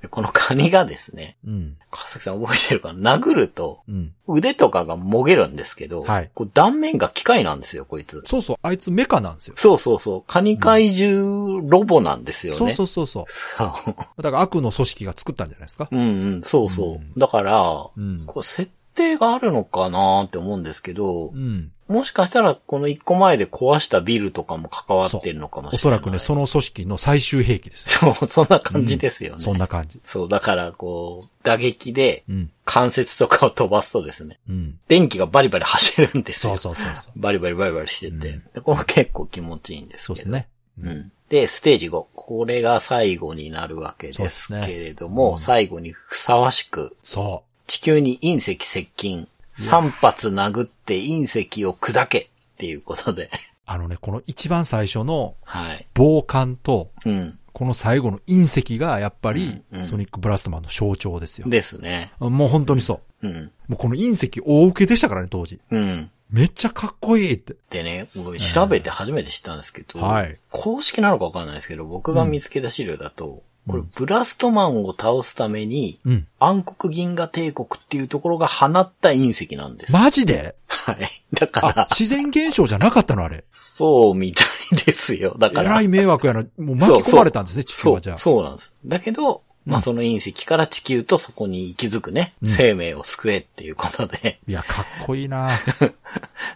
Speaker 3: このカニがですね、
Speaker 2: うん。
Speaker 3: 川崎さん覚えてるかな殴ると、
Speaker 2: うん。
Speaker 3: 腕とかがもげるんですけど、
Speaker 2: はい
Speaker 3: こう断面が機械なんですよ、こいつ。
Speaker 2: そうそう、あいつメカなんですよ。
Speaker 3: そうそうそう。カニ怪獣ロボなんですよね。
Speaker 2: そうそうそうそう。
Speaker 3: そう。
Speaker 2: だから悪の組織が作ったんじゃないですか。
Speaker 3: *laughs* うんうん、そうそう。
Speaker 2: うん
Speaker 3: だから、
Speaker 2: うん。
Speaker 3: こう設定があるのかなって思うんですけど
Speaker 2: う、ん。
Speaker 3: もしかしたらこの一個前で壊したビルとかも関わってるのかも
Speaker 2: お
Speaker 3: しれ
Speaker 2: そ
Speaker 3: ない。
Speaker 2: らくね、その組織の最終兵器ですよ。
Speaker 3: そう、 *laughs* そんな感じですよね。
Speaker 2: そんな感じ。
Speaker 3: そう、だからこう、打撃で
Speaker 2: うん。
Speaker 3: 関節とかを飛ばすとですね、
Speaker 2: うん。
Speaker 3: 電気がバリバリ走るんです
Speaker 2: そ
Speaker 3: よ。
Speaker 2: うそうそうそう。
Speaker 3: バリバリバリバリしてて、
Speaker 2: うん
Speaker 3: でこれも結構気持ちいいんです
Speaker 2: そ
Speaker 3: け
Speaker 2: うで
Speaker 3: ど。
Speaker 2: す。ね。う。
Speaker 3: うんん。で、ステージ5。これが最後になるわけですけれども、
Speaker 2: そうですね
Speaker 3: 最後にふさわしく、
Speaker 2: そ
Speaker 3: 地球に隕石接近、3発殴って隕石を砕けっていうことで。
Speaker 2: う。あのね、この一番最初の
Speaker 3: はい。
Speaker 2: 防寒と、
Speaker 3: うん。
Speaker 2: この最後の隕石がやっぱり、
Speaker 3: うんうん
Speaker 2: ソニックブラストマンの象徴ですよ。
Speaker 3: ですね。
Speaker 2: もう本当にそう。
Speaker 3: うん。
Speaker 2: もうこの隕石大受けでしたからね、当時。
Speaker 3: うん。
Speaker 2: めっちゃかっこいいって。
Speaker 3: でね、僕調べて初めて知ったんですけど、
Speaker 2: はい
Speaker 3: 公式なのかわかんないですけど、僕が見つけた資料だと、
Speaker 2: うん
Speaker 3: これブラストマンを倒すために、
Speaker 2: うん。
Speaker 3: 暗黒銀河帝国っていうところが放った隕石なんです。
Speaker 2: マジで
Speaker 3: はい。だか
Speaker 2: あ
Speaker 3: *laughs* ら、、
Speaker 2: 自然現象じゃなかったのあれ。
Speaker 3: そうみたいですよ。
Speaker 2: え
Speaker 3: だから。
Speaker 2: らい迷惑やな。もう巻き込まれたんですね、地球
Speaker 3: そ
Speaker 2: は
Speaker 3: う
Speaker 2: じゃ、あ。
Speaker 3: そうなんです。だけど、
Speaker 2: う
Speaker 3: まあ
Speaker 2: ん
Speaker 3: その隕石から地球とそこに息づくね、
Speaker 2: うん
Speaker 3: 生命を救えっていうことで、 *laughs*
Speaker 2: いや、かっこいいな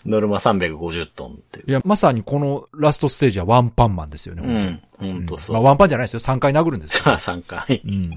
Speaker 3: ノルマ350トンっていう。
Speaker 2: いや、まさにこのラストステージはワンパンマンですよね。
Speaker 3: うん、ほんとそう。
Speaker 2: まあ、ワンパンじゃないですよ。3回殴るんですよ。
Speaker 3: *laughs* さあ3回
Speaker 2: う、ん。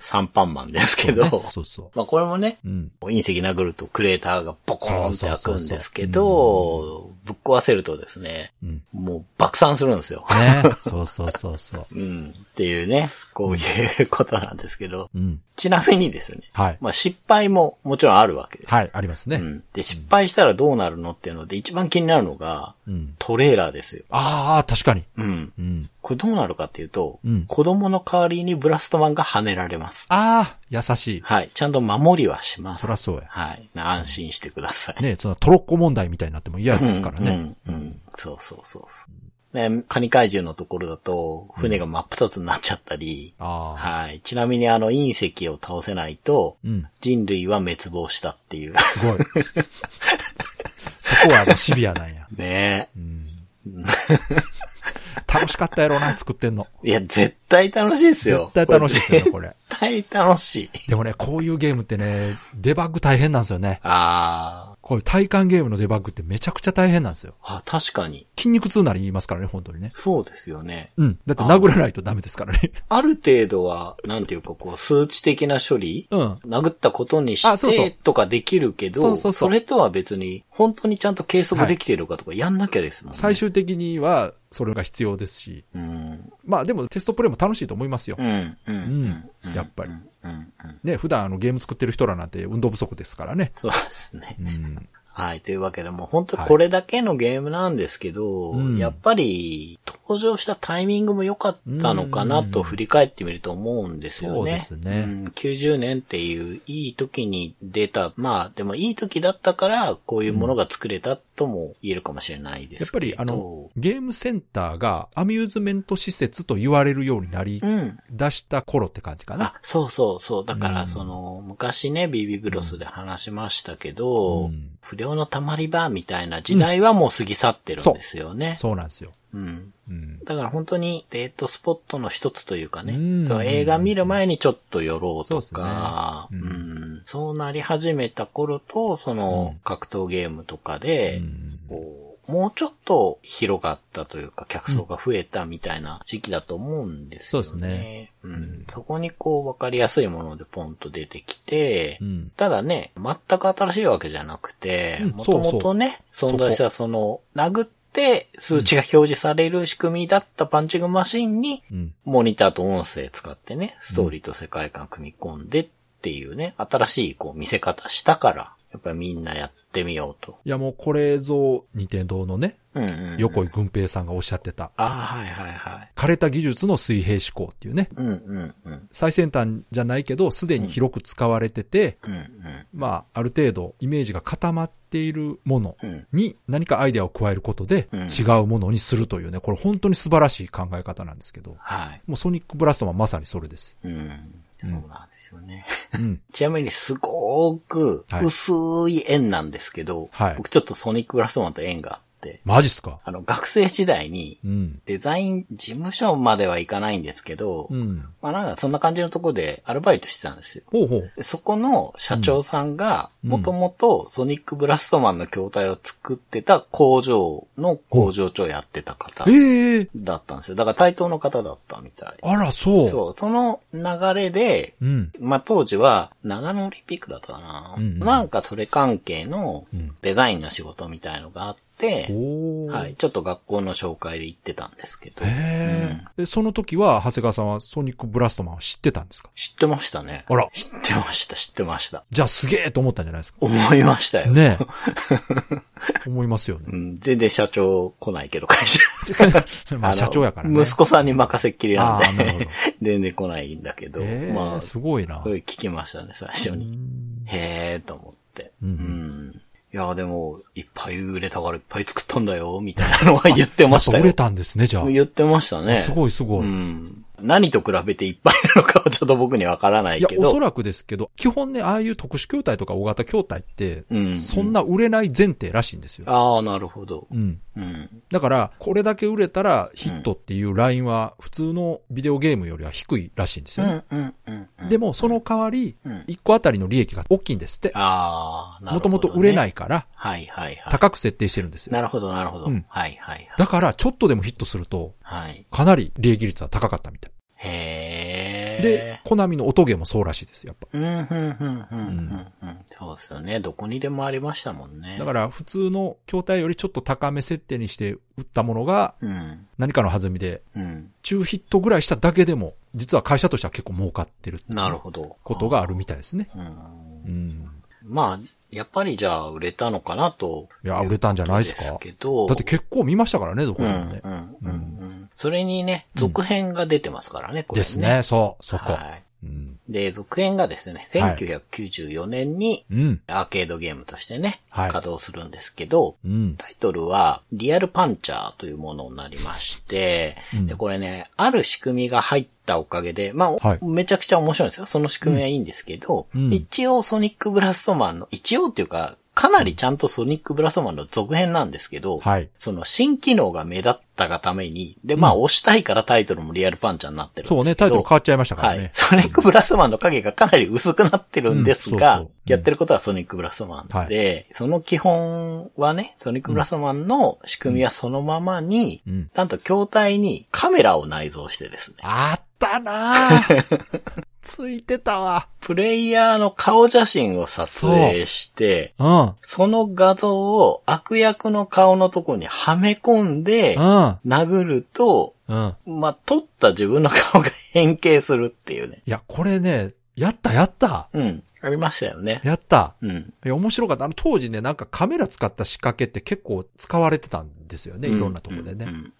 Speaker 3: 3パンマンです
Speaker 2: *laughs*
Speaker 3: けど、
Speaker 2: そうねそうそ
Speaker 3: まあこれもね、
Speaker 2: う。うん。
Speaker 3: 隕石殴るとクレーターがボコーンって開くんですけ
Speaker 2: そう
Speaker 3: ど、ぶっ壊せるとですね、
Speaker 2: うん。
Speaker 3: もう爆散するんですよ。
Speaker 2: ねそうそうそうそう。
Speaker 3: うん、っていうね、こういうことなんですけど、
Speaker 2: うん。
Speaker 3: ちなみにですね、
Speaker 2: はい。
Speaker 3: まあ失敗ももちろんあるわけです。
Speaker 2: はい、あります
Speaker 3: う
Speaker 2: ね。
Speaker 3: ん。で、失敗したらどうなるのっていうので、一番気になるのが、
Speaker 2: うん。
Speaker 3: トレーラーですよ。
Speaker 2: ああ、確かに。
Speaker 3: うん。
Speaker 2: うん。
Speaker 3: これどうなるかっていうと、
Speaker 2: うん
Speaker 3: 子供の代わりにブラストマンが跳ねられます。
Speaker 2: ああ、優しい。
Speaker 3: はい。ちゃんと守りはします。
Speaker 2: そらそうや。
Speaker 3: はい。な安心してください。
Speaker 2: ねそのトロッコ問題みたいになっても嫌ですからね。
Speaker 3: うん、うん、うん。そうそうそうそう。ね、カニ怪獣のところだと、船が真っ二つになっちゃったり、
Speaker 2: ああ。
Speaker 3: はい。ちなみにあの隕石を倒せないと、
Speaker 2: うん。
Speaker 3: 人類は滅亡したっ
Speaker 2: *laughs*
Speaker 3: ていう。
Speaker 2: すごい。そこはあのシビアなんや。
Speaker 3: ね
Speaker 2: うん、楽しかったやろうな、作ってんの。
Speaker 3: え。いや、絶対楽しいですよ
Speaker 2: 絶。対楽しいですよね、これ。
Speaker 3: 絶対楽しい。
Speaker 2: でもね、こういうゲームってね、デバッグ大変なんですよね。
Speaker 3: あ
Speaker 2: こういう体感ゲームのデバッグってめちゃくちゃ大変なんですよ。
Speaker 3: ーあ、確かに。
Speaker 2: 筋肉痛なり言いますからね、本当にね。
Speaker 3: そうですよね。
Speaker 2: うん。だって殴らないとダメですからね。
Speaker 3: ある程度は、なんていうかこう、数値的な処理
Speaker 2: うん。
Speaker 3: 殴ったことに
Speaker 2: あそう
Speaker 3: し
Speaker 2: そう
Speaker 3: てとかできるけど、
Speaker 2: そうそうそう
Speaker 3: れとは別に、本当にちゃんと計測できてるかとかやんなきゃですもんね。
Speaker 2: 最終的には、それが必要ですし。
Speaker 3: うん。
Speaker 2: まあでもテストプレイも楽しいと思いますよ
Speaker 3: う。ん。うん。うん。
Speaker 2: うんやっぱり
Speaker 3: うん。うん。うん
Speaker 2: ね、普段あのゲーム作ってる人らなんて運動不足ですからね。
Speaker 3: そうですね。
Speaker 2: うん。
Speaker 3: はい。というわけで、もう本当これだけのゲームなんですけど、
Speaker 2: はいうん
Speaker 3: やっぱり、登場したタイミングも良かったのかなと振り返ってみると思うんですよね。
Speaker 2: そうですね
Speaker 3: ん90年っていういい時に出た、まあ、でもいい時だったから、こういうものが作れたとも言えるかもしれないで
Speaker 2: やっ
Speaker 3: す
Speaker 2: ぱ
Speaker 3: けど。
Speaker 2: りあの、、ゲームセンターがアミューズメント施設と言われるようになり
Speaker 3: うん。
Speaker 2: 出した頃って感じかな
Speaker 3: あ。、そうそうそう。だか
Speaker 2: う
Speaker 3: ら、
Speaker 2: ん
Speaker 3: その、昔ね、ビビブロスで話しましたけど、
Speaker 2: うん
Speaker 3: 不良の溜まり場みたいな時代はもう過ぎ去ってるんですよね。
Speaker 2: そうなんですよ。
Speaker 3: うん。
Speaker 2: うん。
Speaker 3: だから本当にデートスポットの一つというかね、
Speaker 2: うん
Speaker 3: そう映画見る前にちょっと寄ろうと
Speaker 2: そ
Speaker 3: か、
Speaker 2: う
Speaker 3: う
Speaker 2: ですねうん
Speaker 3: んそうなり始めた頃と、その
Speaker 2: うん
Speaker 3: 格闘ゲームとか
Speaker 2: う
Speaker 3: で、
Speaker 2: ん
Speaker 3: こうもうちょっと広がったというか、客層が増えたみたいな時期だと思うんですよね。
Speaker 2: そうですね
Speaker 3: うん
Speaker 2: うん
Speaker 3: そこにこう分かりやすいものでポンと出てきて、
Speaker 2: うん。
Speaker 3: ただね、全く新しいわけじゃなくて
Speaker 2: うん、
Speaker 3: もともとね、
Speaker 2: そうそう
Speaker 3: 存在したその、殴って数値が表示される仕組みだったパンチングマシンに、
Speaker 2: うん。
Speaker 3: モニターと音声使ってね、ストーリーと世界観組み込んでっていうね、新しいこう見せ方したから、やっぱりみんなやってみようと。
Speaker 2: いやもうこれぞ、任天堂のね、
Speaker 3: うんうん、うん。
Speaker 2: 横井軍平さんがおっしゃってた、
Speaker 3: ああ、はいはいはい。
Speaker 2: 枯れた技術の水平思考っていうね、
Speaker 3: うんうんうん。
Speaker 2: 最先端じゃないけど、すでに広く使われてて、
Speaker 3: うんうん
Speaker 2: まあ、ある程度イメージが固まっているもの
Speaker 3: うん。
Speaker 2: に何かアイデアを加えることで
Speaker 3: うん
Speaker 2: 違うものにするというね、これ本当に素晴らしい考え方なんですけど、
Speaker 3: はい。
Speaker 2: もうソニックブラストはまさにそれです。
Speaker 3: うん。そうなんですよですよね。
Speaker 2: うん。 *laughs*
Speaker 3: ちなみにすごーく
Speaker 2: はい
Speaker 3: 薄い縁なんですけど、
Speaker 2: はい
Speaker 3: 僕ちょっとソニックブラストマンと縁があって、
Speaker 2: マジっすか
Speaker 3: あの、学生時代に
Speaker 2: うん。
Speaker 3: デザイン事務所まではいかないんですけど、
Speaker 2: うん。
Speaker 3: まあなんかそんな感じのとこでアルバイトしてたんですよ。
Speaker 2: ほうほう。
Speaker 3: でそこの社長さんが、
Speaker 2: うん
Speaker 3: もともとソニックブラストマンの筐体を作ってた工場の工場長やってた方
Speaker 2: ええ
Speaker 3: だったんですよ。だから対等の方だったみたい。
Speaker 2: あら、そう。
Speaker 3: そう、その流れで、
Speaker 2: うん。
Speaker 3: まあ、当時は、長野オリンピックだったかな。
Speaker 2: うんうん
Speaker 3: なんかそれ関係の
Speaker 2: うん
Speaker 3: デザインの仕事みたいのがあって、
Speaker 2: おー
Speaker 3: はい、。ちょっと学校の紹介で行ってたんですけど、
Speaker 2: へえ、えその時は、長谷川さんはソニックブラストマンを知ってたんですか
Speaker 3: 知ってましたね。
Speaker 2: あら
Speaker 3: 知ってました、知ってました。
Speaker 2: じゃあすげえと思ったんじゃないですか
Speaker 3: 思いましたよ。
Speaker 2: ね
Speaker 3: *laughs*
Speaker 2: え。思いますよね
Speaker 3: う。ん、全然社長来ないけど、会社。
Speaker 2: *laughs* まあ
Speaker 3: の
Speaker 2: 社長やからね。
Speaker 3: 息子さんに任せっきりなん
Speaker 2: あーなるほど
Speaker 3: で、 *laughs* 全然来ないんだけど、
Speaker 2: ええ
Speaker 3: まあ、
Speaker 2: すごいな。
Speaker 3: すごい聞きましたね、最初
Speaker 2: う
Speaker 3: に。
Speaker 2: ん
Speaker 3: へえーと思って。
Speaker 2: う
Speaker 3: うんん。いや、でも、いっぱい売れたからいっぱい作ったんだよ、みたいなのは言ってました
Speaker 2: やっぱ
Speaker 3: よ。
Speaker 2: 売れたんですね、じゃ *laughs* あ。
Speaker 3: 言ってましたね。
Speaker 2: すごいすご
Speaker 3: う
Speaker 2: い。
Speaker 3: ん。何と比べていっぱいなのかはちょっと僕にわからないい
Speaker 2: や
Speaker 3: け、
Speaker 2: お
Speaker 3: ど。
Speaker 2: そらくですけど、基本ね、ああいう特殊筐体とか大型筐体って、
Speaker 3: うん
Speaker 2: そんな売れない前提らしいんですよ。
Speaker 3: ああ、なるほど。
Speaker 2: うん。
Speaker 3: うん。
Speaker 2: だから、これだけ売れたらヒットっていうラインは普通のビデオゲームよりは低いらしいんです
Speaker 3: う
Speaker 2: よね。
Speaker 3: ん、うん、うん。うん
Speaker 2: で、も、その代わり
Speaker 3: うん、
Speaker 2: 1個あたりの利益が大きいんですって。
Speaker 3: ああ、なる
Speaker 2: も
Speaker 3: ほど、
Speaker 2: とも
Speaker 3: ね。。
Speaker 2: と売れないいから、
Speaker 3: はい、はい、はい。
Speaker 2: 高く設定してるんですよ。
Speaker 3: なるほど、なるほど。
Speaker 2: うん
Speaker 3: はい、はい、はい。
Speaker 2: だから、ちょっとでもヒットすると、
Speaker 3: はい。
Speaker 2: かなり利益率は高かったみたい。
Speaker 3: へえ。
Speaker 2: で、、コナミの音ゲーもそうらしいです、やっぱ。
Speaker 3: うん、うん、うん、うん、うんうん。そうですよね。どこにでもありましたもんね。
Speaker 2: だから、普通の筐体よりちょっと高め設定にして売ったものが、
Speaker 3: うん。
Speaker 2: 何かの弾みで、
Speaker 3: うん。
Speaker 2: 中ヒットぐらいしただけでも、実は会社としては結構儲かってるって
Speaker 3: なるほど。
Speaker 2: ことがあるみたいですね。
Speaker 3: うん。
Speaker 2: うん。
Speaker 3: まあ、やっぱりじゃあ売れたのかなと。
Speaker 2: いや売れたんじゃないですか
Speaker 3: けど。
Speaker 2: だって結構見ましたからね、どこ
Speaker 3: う
Speaker 2: で
Speaker 3: ん、
Speaker 2: もね。
Speaker 3: うん、うんうん。それにね、続編が出てますからね、これ、ね。
Speaker 2: ですね、そう、そこ。
Speaker 3: はい。
Speaker 2: うん。
Speaker 3: で、続編がですね、
Speaker 2: はい
Speaker 3: 1994年に
Speaker 2: うん。
Speaker 3: アーケードゲームとしてね、
Speaker 2: はい
Speaker 3: 稼働するんですけど、
Speaker 2: うん。
Speaker 3: タイトルは、リアルパンチャーというものになりまして、
Speaker 2: うん
Speaker 3: で、これね、ある仕組みが入ったおかげで、まあ、お
Speaker 2: はい
Speaker 3: めちゃくちゃ面白いんですよ。その仕組みはいいんですけど、
Speaker 2: うん
Speaker 3: 一応ソニックブラストマンの、一応っていうか、かなりちゃんとソニックブラストマンの続編なんですけど、
Speaker 2: はい。
Speaker 3: その新機能が目立ったがために、で、まあ、押したいからタイトルもリアルパンチャーになってるんですけ
Speaker 2: そ
Speaker 3: ど。
Speaker 2: うね、タイトル変わっちゃいましたから
Speaker 3: はい
Speaker 2: ね。。
Speaker 3: ソニックブラストマンの影がかなり薄くなってるんです
Speaker 2: うん
Speaker 3: が
Speaker 2: そうそう、
Speaker 3: やってることはソニックブラストマンで、その基本はね、ソニックブラストマンの仕組みはそのままに
Speaker 2: うん、
Speaker 3: なんと筐体にカメラを内蔵してですね、
Speaker 2: あったな *laughs* ぁついてたわ。
Speaker 3: プレイヤーの顔写真を撮影して、
Speaker 2: うん。
Speaker 3: その画像を悪役の顔のとこにはめ込んで、
Speaker 2: うん。
Speaker 3: 殴ると、
Speaker 2: うん。
Speaker 3: まあ、撮った自分の顔が変形するっていうね。
Speaker 2: いや、これね、やったやった
Speaker 3: うん。ありましたよね。
Speaker 2: やった
Speaker 3: うん。
Speaker 2: いや、面白かった。あの、当時ね、なんかカメラ使った仕掛けって結構使われてたんですよね。いろんなとこで
Speaker 3: う
Speaker 2: ね。
Speaker 3: んうんうん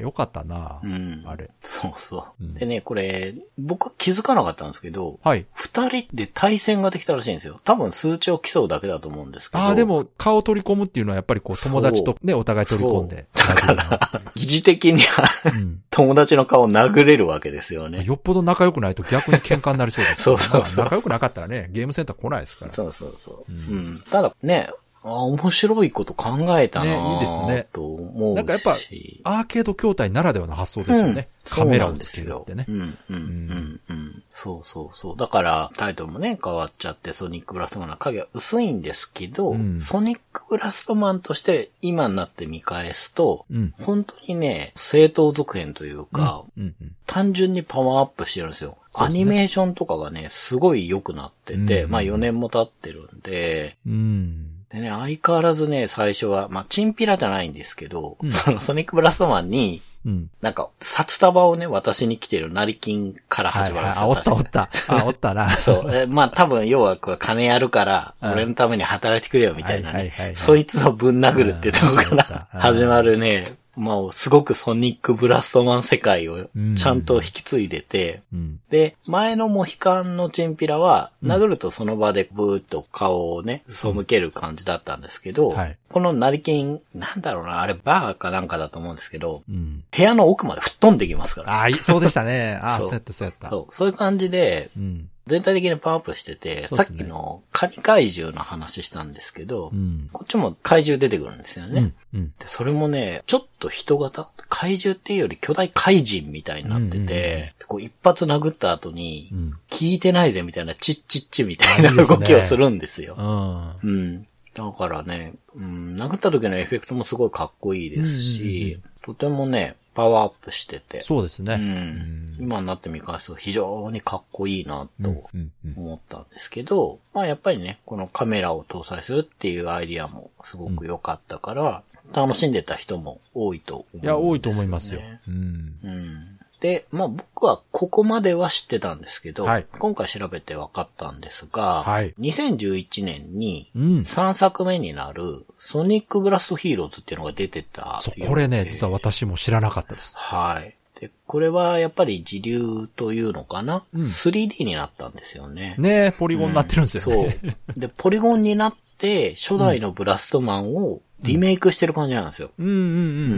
Speaker 2: よかったな
Speaker 3: う
Speaker 2: ぁ
Speaker 3: ん。
Speaker 2: あれ。
Speaker 3: そうそうう。
Speaker 2: ん
Speaker 3: でね、これ、僕は気づかなかったんですけど、
Speaker 2: はい。
Speaker 3: 二人で対戦ができたらしいんですよ。多分数値を競うだけだと思うんですけど。
Speaker 2: ああ、でも、顔取り込むっていうのはやっぱりこう、友達とね、お互い
Speaker 3: そう、
Speaker 2: 取り込んで。
Speaker 3: だから、疑似的には
Speaker 2: うん。
Speaker 3: 友達の顔を殴れるわけですよね。
Speaker 2: よっぽど仲良くないと逆に喧嘩になりそうです。
Speaker 3: *laughs* そうそうそう
Speaker 2: まあ仲良くなかったらね、ゲームセンター来ないですから。
Speaker 3: そうそうそう。
Speaker 2: う
Speaker 3: うんん。ただね、あ面白いこと考えたな
Speaker 2: ねいいですね
Speaker 3: と思うし。
Speaker 2: なんかやっぱアーケード筐体ならではの発想ですよね。
Speaker 3: うん
Speaker 2: カメラをつけるってね。
Speaker 3: そうなんですようん、うん、うん、うん。そうそうそう。だから、タイトルもね、変わっちゃって、ソニックブラストマンの影は薄いんですけど、
Speaker 2: うん
Speaker 3: ソニックブラストマンとして今になって見返すと、
Speaker 2: うん。
Speaker 3: 本当にね、正当続編というか、
Speaker 2: うんうん。
Speaker 3: 単純にパワーアップしてるんですよ。
Speaker 2: そう
Speaker 3: ア
Speaker 2: ですね
Speaker 3: ニメーションとかがね、すごい良くなってて、
Speaker 2: うん
Speaker 3: まあ4年も経ってるんで、
Speaker 2: うん。
Speaker 3: でね、相変わらずね、最初は、まあチンピラじゃないんですけど、
Speaker 2: うん
Speaker 3: そのソニックブラストマンに、
Speaker 2: うん。
Speaker 3: なんか、札束をね、渡しに来てる成金から
Speaker 2: はい
Speaker 3: 始
Speaker 2: は
Speaker 3: ま
Speaker 2: い
Speaker 3: るんです
Speaker 2: あ、おったおっ
Speaker 3: 確か *laughs*
Speaker 2: た。あ、おったな。
Speaker 3: にそう。えまあ多分、要は、これ金やるから、
Speaker 2: うん
Speaker 3: 俺のために働いてくれよ、みたいな
Speaker 2: はいはいはいは
Speaker 3: ね
Speaker 2: い。
Speaker 3: そいつをぶん殴るってとこか
Speaker 2: うん
Speaker 3: ら
Speaker 2: うん
Speaker 3: 始まるね、まあ、すごくソニックブラストマン世界を
Speaker 2: うん
Speaker 3: ちゃんと引き継いでて、
Speaker 2: うん。
Speaker 3: で、前のモヒカンのチンピラは、殴るとその場でブーっと顔をね、背ける感じだったんですけど、
Speaker 2: はい
Speaker 3: この成金、なんだろうな、あれバーかなんかだと思うんですけど、
Speaker 2: うん。
Speaker 3: 部屋の奥まで吹っ飛んできますから。 *laughs*
Speaker 2: ああ、いそうでしたね。ああ、
Speaker 3: そう
Speaker 2: そうやったそうやった。
Speaker 3: そう、そういう感じで、
Speaker 2: うん。
Speaker 3: 全体的にパワーアップしてて、
Speaker 2: そう
Speaker 3: さ
Speaker 2: です
Speaker 3: っ
Speaker 2: ね
Speaker 3: きのカニ怪獣の話したんですけど、
Speaker 2: うん。
Speaker 3: こっちも怪獣出てくるんですよね。
Speaker 2: うん。うん。
Speaker 3: で、それもね、ちょっと人型怪獣っていうより巨大怪人みたいになってて、
Speaker 2: うんうんうん
Speaker 3: でこう一発殴った後に、
Speaker 2: うん。
Speaker 3: 聞いてないぜみたいなチッチッチみたいな
Speaker 2: あいいです
Speaker 3: 動
Speaker 2: ね
Speaker 3: きをするんですよ。
Speaker 2: あー
Speaker 3: うん。だからね、うん、殴った時のエフェクトもすごいかっこいいですし、とてもね、パワーアップしてて、
Speaker 2: そうですね。
Speaker 3: う
Speaker 2: うん
Speaker 3: ん、今になって見返すと非常にかっこいいなと
Speaker 2: うんうん
Speaker 3: 思ったんですけど、まあやっぱりね、このカメラを搭載するっていうアイディアもすごく良かったから、楽しんでた人も多いと思うんですよね
Speaker 2: いや、多いと思いますよ。うん。
Speaker 3: うん。で、まあ僕はここまでは知ってたんですけど、
Speaker 2: はい
Speaker 3: 今回調べて分かったんですが、
Speaker 2: はい
Speaker 3: 2011年に
Speaker 2: うん。
Speaker 3: 3作目になるソニックブラストヒーローズっていうのが出てた
Speaker 2: そう、
Speaker 3: よう
Speaker 2: これね、
Speaker 3: で
Speaker 2: 実は私も知らなかったです。
Speaker 3: はい。で、これはやっぱり自流というのかな、
Speaker 2: うん
Speaker 3: ?3D になったんですよね。
Speaker 2: ねポリゴンになってるんですよね。
Speaker 3: そう。で、ポリゴンになって、初代のブラストマンをリメイクしてる感じなんですよ。
Speaker 2: うんうんう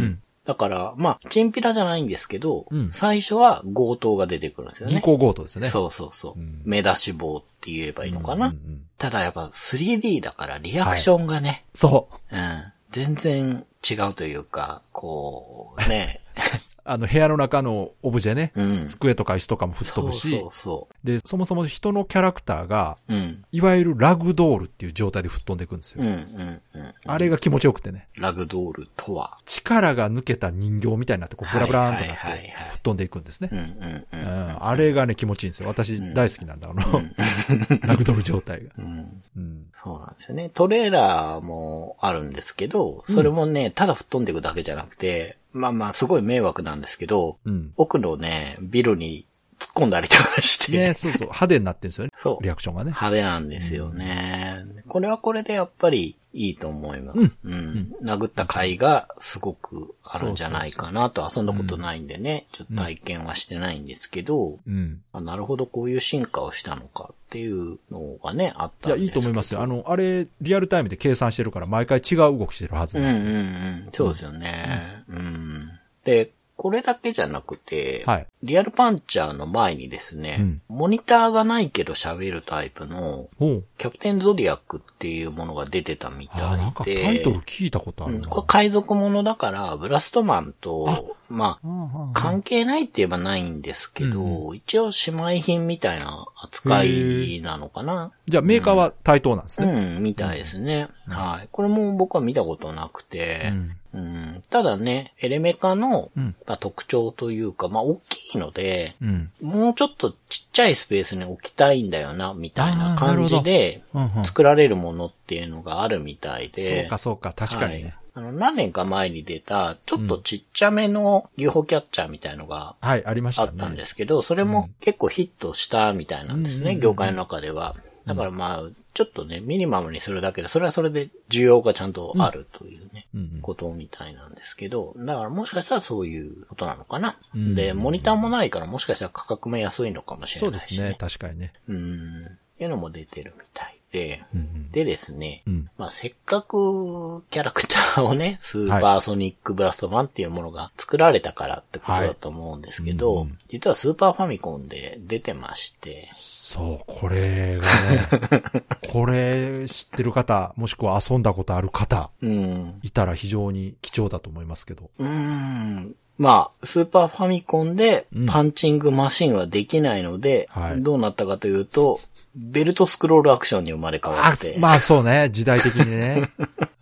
Speaker 2: ん。
Speaker 3: だから、まあ、チンピラじゃないんですけど、
Speaker 2: うん
Speaker 3: 最初は強盗が出てくるんですよね。
Speaker 2: 銀行強盗ですね。
Speaker 3: そうそうそう。
Speaker 2: うん
Speaker 3: 目出し棒って言えばいいのかな、
Speaker 2: うんうんうん
Speaker 3: ただやっぱ 3D だからリアクションがね、
Speaker 2: そう。
Speaker 3: うん。全然違うというか、こう、ね。
Speaker 2: あの、部屋の中のオブジェね。
Speaker 3: うん。
Speaker 2: 机とか椅子とかも吹っ飛
Speaker 3: そう
Speaker 2: ぶし、
Speaker 3: そうそ
Speaker 2: で、そもそも人のキャラクターが、
Speaker 3: う。うん。
Speaker 2: いわゆるラグドールっていう状態で吹っ飛んでいくんですよ。
Speaker 3: うんうんうん。
Speaker 2: あれが気持ちよくてね。
Speaker 3: ラグドールとは。
Speaker 2: 力が抜けた人形みたいになって、こう、ブラブラーンとなって、
Speaker 3: はいはいはいはい
Speaker 2: 吹っ飛んでいくんですね
Speaker 3: う。んうんう。
Speaker 2: うんんあれがね、気持ちいいんですよ。私大好きなんだ、あの、 *laughs* ラグドール状態が。
Speaker 3: うん
Speaker 2: うん。
Speaker 3: そうなんですよね。トレーラーもあるんですけど、それもね、ただ吹っ飛んでいくだけじゃなくて、まあまあ、すごい迷惑なんですけど、
Speaker 2: うん。
Speaker 3: 奥のね、ビルに突っ込んだりとかして、
Speaker 2: ね、そうそう、派手になってるんですよね。
Speaker 3: そう
Speaker 2: リ。アクションがね。
Speaker 3: 派手なんですよね。これはこれでやっぱりいいと思います。うん。殴った回がすごくあるんじゃないかなと、遊んだことないんでね、ちょっと体験はしてないんですけど、
Speaker 2: うん。
Speaker 3: あなるほどこういう進化をしたのかっていうのがね、あっ
Speaker 2: い
Speaker 3: たん
Speaker 2: や、
Speaker 3: で
Speaker 2: い
Speaker 3: すけど
Speaker 2: いと思いますよ。あの、あれ、リアルタイムで計算してるから、毎回違う動きしてるはず
Speaker 3: うんう
Speaker 2: ね。
Speaker 3: んうん。そうですよね。うん。で、これだけじゃなくて、
Speaker 2: はい
Speaker 3: リアルパンチャーの前にですね、
Speaker 2: うん
Speaker 3: モニターがないけど喋るタイプの、
Speaker 2: ほう。
Speaker 3: キャプテンゾディアックっていうものが出てたみ
Speaker 2: あー、なんか
Speaker 3: たいで。
Speaker 2: タイトル聞いたことあ
Speaker 3: う
Speaker 2: る
Speaker 3: ん
Speaker 2: な。
Speaker 3: これ海賊ものだから、ブラストマンと、ま
Speaker 2: う
Speaker 3: あ、
Speaker 2: んうんうん
Speaker 3: 関係ないって言えばないんですけど、
Speaker 2: う
Speaker 3: 一応姉妹品みたいな扱いなのかな。
Speaker 2: じゃあ、メーカーは対等なんですね。
Speaker 3: うん、みたいですね。はい。これも僕は見たことなくて、うんただね、エレメカの、
Speaker 2: うん
Speaker 3: まあ、特徴というか、まあ、大きいので、
Speaker 2: うん。
Speaker 3: もうちょっとちっちゃいスペースに置きたいんだよな、みたいな感じで、
Speaker 2: うんうん
Speaker 3: 作られるものっていうのがあるみたいで。
Speaker 2: そうか、そうか、確かに
Speaker 3: はい
Speaker 2: ね。
Speaker 3: あの、何年か前に出た、ちょっとちっちゃめの UFO キャッチャーみたいのが
Speaker 2: はい、ありまし
Speaker 3: あ
Speaker 2: た
Speaker 3: ったんで
Speaker 2: ね。
Speaker 3: すけど、それも結構ヒットしたみたいなんですね、業界の中では。だからまあ、ちょっとね、ミニマムにするだけで、それはそれで需要がちゃんとあるというね、
Speaker 2: うんうん
Speaker 3: ことみたいなんですけど、だからもしかしたらそういうことなのかな。
Speaker 2: ん
Speaker 3: で、モニターもないからもしかしたら価格も安いのかもし
Speaker 2: そ
Speaker 3: れ
Speaker 2: う
Speaker 3: な
Speaker 2: で
Speaker 3: い
Speaker 2: す
Speaker 3: し、ね。
Speaker 2: ね、確かにね。
Speaker 3: うん。っていうのも出てるみたいで、
Speaker 2: うんうん
Speaker 3: でですね、
Speaker 2: うん
Speaker 3: まあ、せっかくキャラクターをね、スーパーソニックブラストマンっていうものが作られたからってことだと思うんですけど、
Speaker 2: はいうん
Speaker 3: 実はスーパーファミコンで出てまして、
Speaker 2: そう、これが
Speaker 3: *laughs*
Speaker 2: ね、これ知ってる方、もしくは遊んだことある方、
Speaker 3: うん。
Speaker 2: いたら非常に貴重だと思いますけど。
Speaker 3: うん。まあ、スーパーファミコンで
Speaker 2: うん
Speaker 3: パンチングマシンはできないので、
Speaker 2: はい
Speaker 3: どうなったかというと、ベルトスクロールアクションに生まれ変わ
Speaker 2: あ
Speaker 3: っ、て、
Speaker 2: まあそうね、時代的に
Speaker 3: *laughs*
Speaker 2: ね。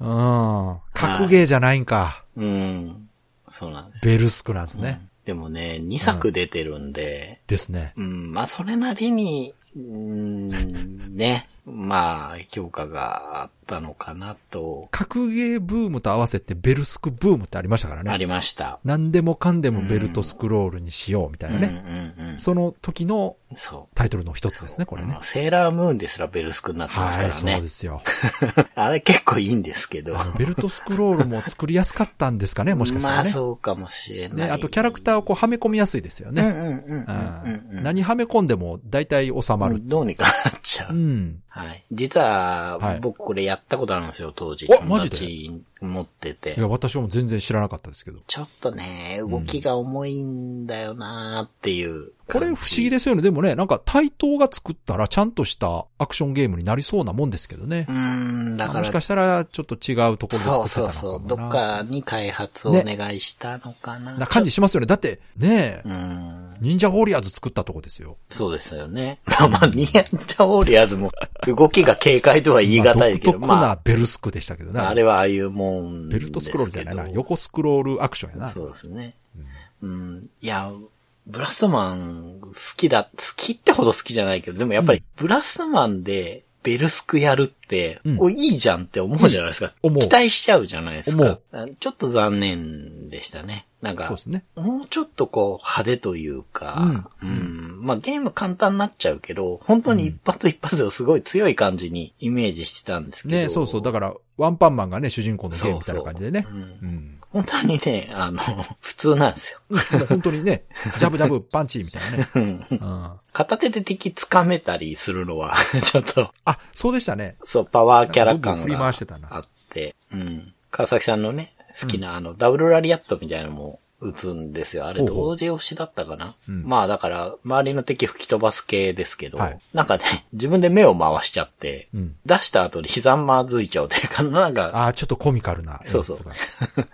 Speaker 2: うん。格ゲーじゃないんか。
Speaker 3: うん。そうなんです。
Speaker 2: ベルスクなんですね。
Speaker 3: でもね、2作出てるんで、
Speaker 2: ですね。
Speaker 3: うん、まあ、それなりに、うん、ね、まあ、評価があったのかなと、
Speaker 2: 格ゲーブームと合わせてベルスクブームってありましたからね。
Speaker 3: ありました。
Speaker 2: 何でもかんでもベルトスクロールにしようみたいな
Speaker 3: うん
Speaker 2: ね。
Speaker 3: うんうん。
Speaker 2: その時の
Speaker 3: そ
Speaker 2: タイトルの一つですね、こ
Speaker 3: う。
Speaker 2: れね
Speaker 3: あの。セーラームーンですらベルスクになってます
Speaker 2: は
Speaker 3: か
Speaker 2: い、
Speaker 3: ら
Speaker 2: そう
Speaker 3: ね
Speaker 2: で。すよ。
Speaker 3: *laughs* あれ結構いいんですけど。
Speaker 2: あのベルトスクロールも作りやすかったんですかね、もしかした
Speaker 3: *laughs* ま
Speaker 2: ら
Speaker 3: あ、
Speaker 2: ね。
Speaker 3: そうかもしれない。
Speaker 2: ね、あとキャラクターをこうはめ込みやすいですよ
Speaker 3: うんう
Speaker 2: ね。
Speaker 3: んうん
Speaker 2: う
Speaker 3: うんうんうん
Speaker 2: ん。何はめ込んでも大体収ま
Speaker 3: う
Speaker 2: る。
Speaker 3: んどうにかなっちゃ
Speaker 2: う
Speaker 3: う。
Speaker 2: ん。
Speaker 3: はい。実は
Speaker 2: はい、
Speaker 3: 僕これやったことあるんですよ、当時。
Speaker 2: おマジで
Speaker 3: 友達持ってて
Speaker 2: いや、。私も全然知らなかったですけど。
Speaker 3: ちょっとね、動きが重いんだよなーっていう
Speaker 2: こ
Speaker 3: 感じ
Speaker 2: れ不思議ですよね。でもね、なんか対等が作ったらちゃんとしたアクションゲームになりそうなもんですけどね
Speaker 3: う。ーん、だか
Speaker 2: も
Speaker 3: ら
Speaker 2: しかしたらちょっと違うところで
Speaker 3: そ
Speaker 2: 作
Speaker 3: う
Speaker 2: ってた
Speaker 3: そ
Speaker 2: のかも
Speaker 3: うそう。
Speaker 2: な。
Speaker 3: どっかに開発をお願いしたのかな。
Speaker 2: な感じしますよね。だって、ね
Speaker 3: うーん。
Speaker 2: 忍者ウォリアーズ作ったとこですよ。
Speaker 3: そうですよね。 *laughs* まあまあ、ニンジャウォリアーズも動きが軽快とは言い難いけ
Speaker 2: まあ
Speaker 3: ど、
Speaker 2: 独特
Speaker 3: ま
Speaker 2: なベルスクでしたけどね。
Speaker 3: あ、あれはああいうもん
Speaker 2: ベ
Speaker 3: ですけど。
Speaker 2: ルトスクロールじゃないな。横スクロールアクションやな。
Speaker 3: そうですね。うん。いや、ブラストマン好きだ、好きってほど好きじゃないけど、でもやっぱりブラストマンでベルスクやるって、
Speaker 2: うん
Speaker 3: おいいじゃんって思うじゃないですか。
Speaker 2: うん思う
Speaker 3: 期待しちゃうじゃないです
Speaker 2: 思
Speaker 3: か。あちょっと残念でしたね。なん
Speaker 2: そう
Speaker 3: か
Speaker 2: で、すね。
Speaker 3: もうちょっとこう派手というか、
Speaker 2: う
Speaker 3: うんん。まあゲーム簡単になっちゃうけど、本当に一発一発をすごい強い感じにイメージしてたんですけど。
Speaker 2: ねそうそう。だから、ワンパンマンがね、主人公のゲームみたいな感じでね。
Speaker 3: そうそううん
Speaker 2: うん。
Speaker 3: 本当にね、あの、 *laughs* 普通なんですよ。
Speaker 2: 本当にね、ジャブジャブパンチみたいなね。うん。あ、
Speaker 3: 片手で敵掴めたりするのは、 *laughs* ちょっと、
Speaker 2: そうでしたね。
Speaker 3: そう、パワーキャラ
Speaker 2: なんか僕
Speaker 3: 感
Speaker 2: 振り
Speaker 3: があ
Speaker 2: 回
Speaker 3: っ
Speaker 2: してたな
Speaker 3: て、うん。川崎さんのね、好きなあの、ダブルラリアットみたいなのも打つんですよ。あれ、
Speaker 2: ほうほう
Speaker 3: 同時押しだったかな
Speaker 2: うん
Speaker 3: まあだから、周りの敵吹き飛ばす系ですけど、
Speaker 2: はい
Speaker 3: なんかね、自分で目を回しちゃって、
Speaker 2: うん
Speaker 3: 出した後に膝まずいちゃうというか、なんか、
Speaker 2: ああ、ちょっとコミカルな演出が。
Speaker 3: そうそう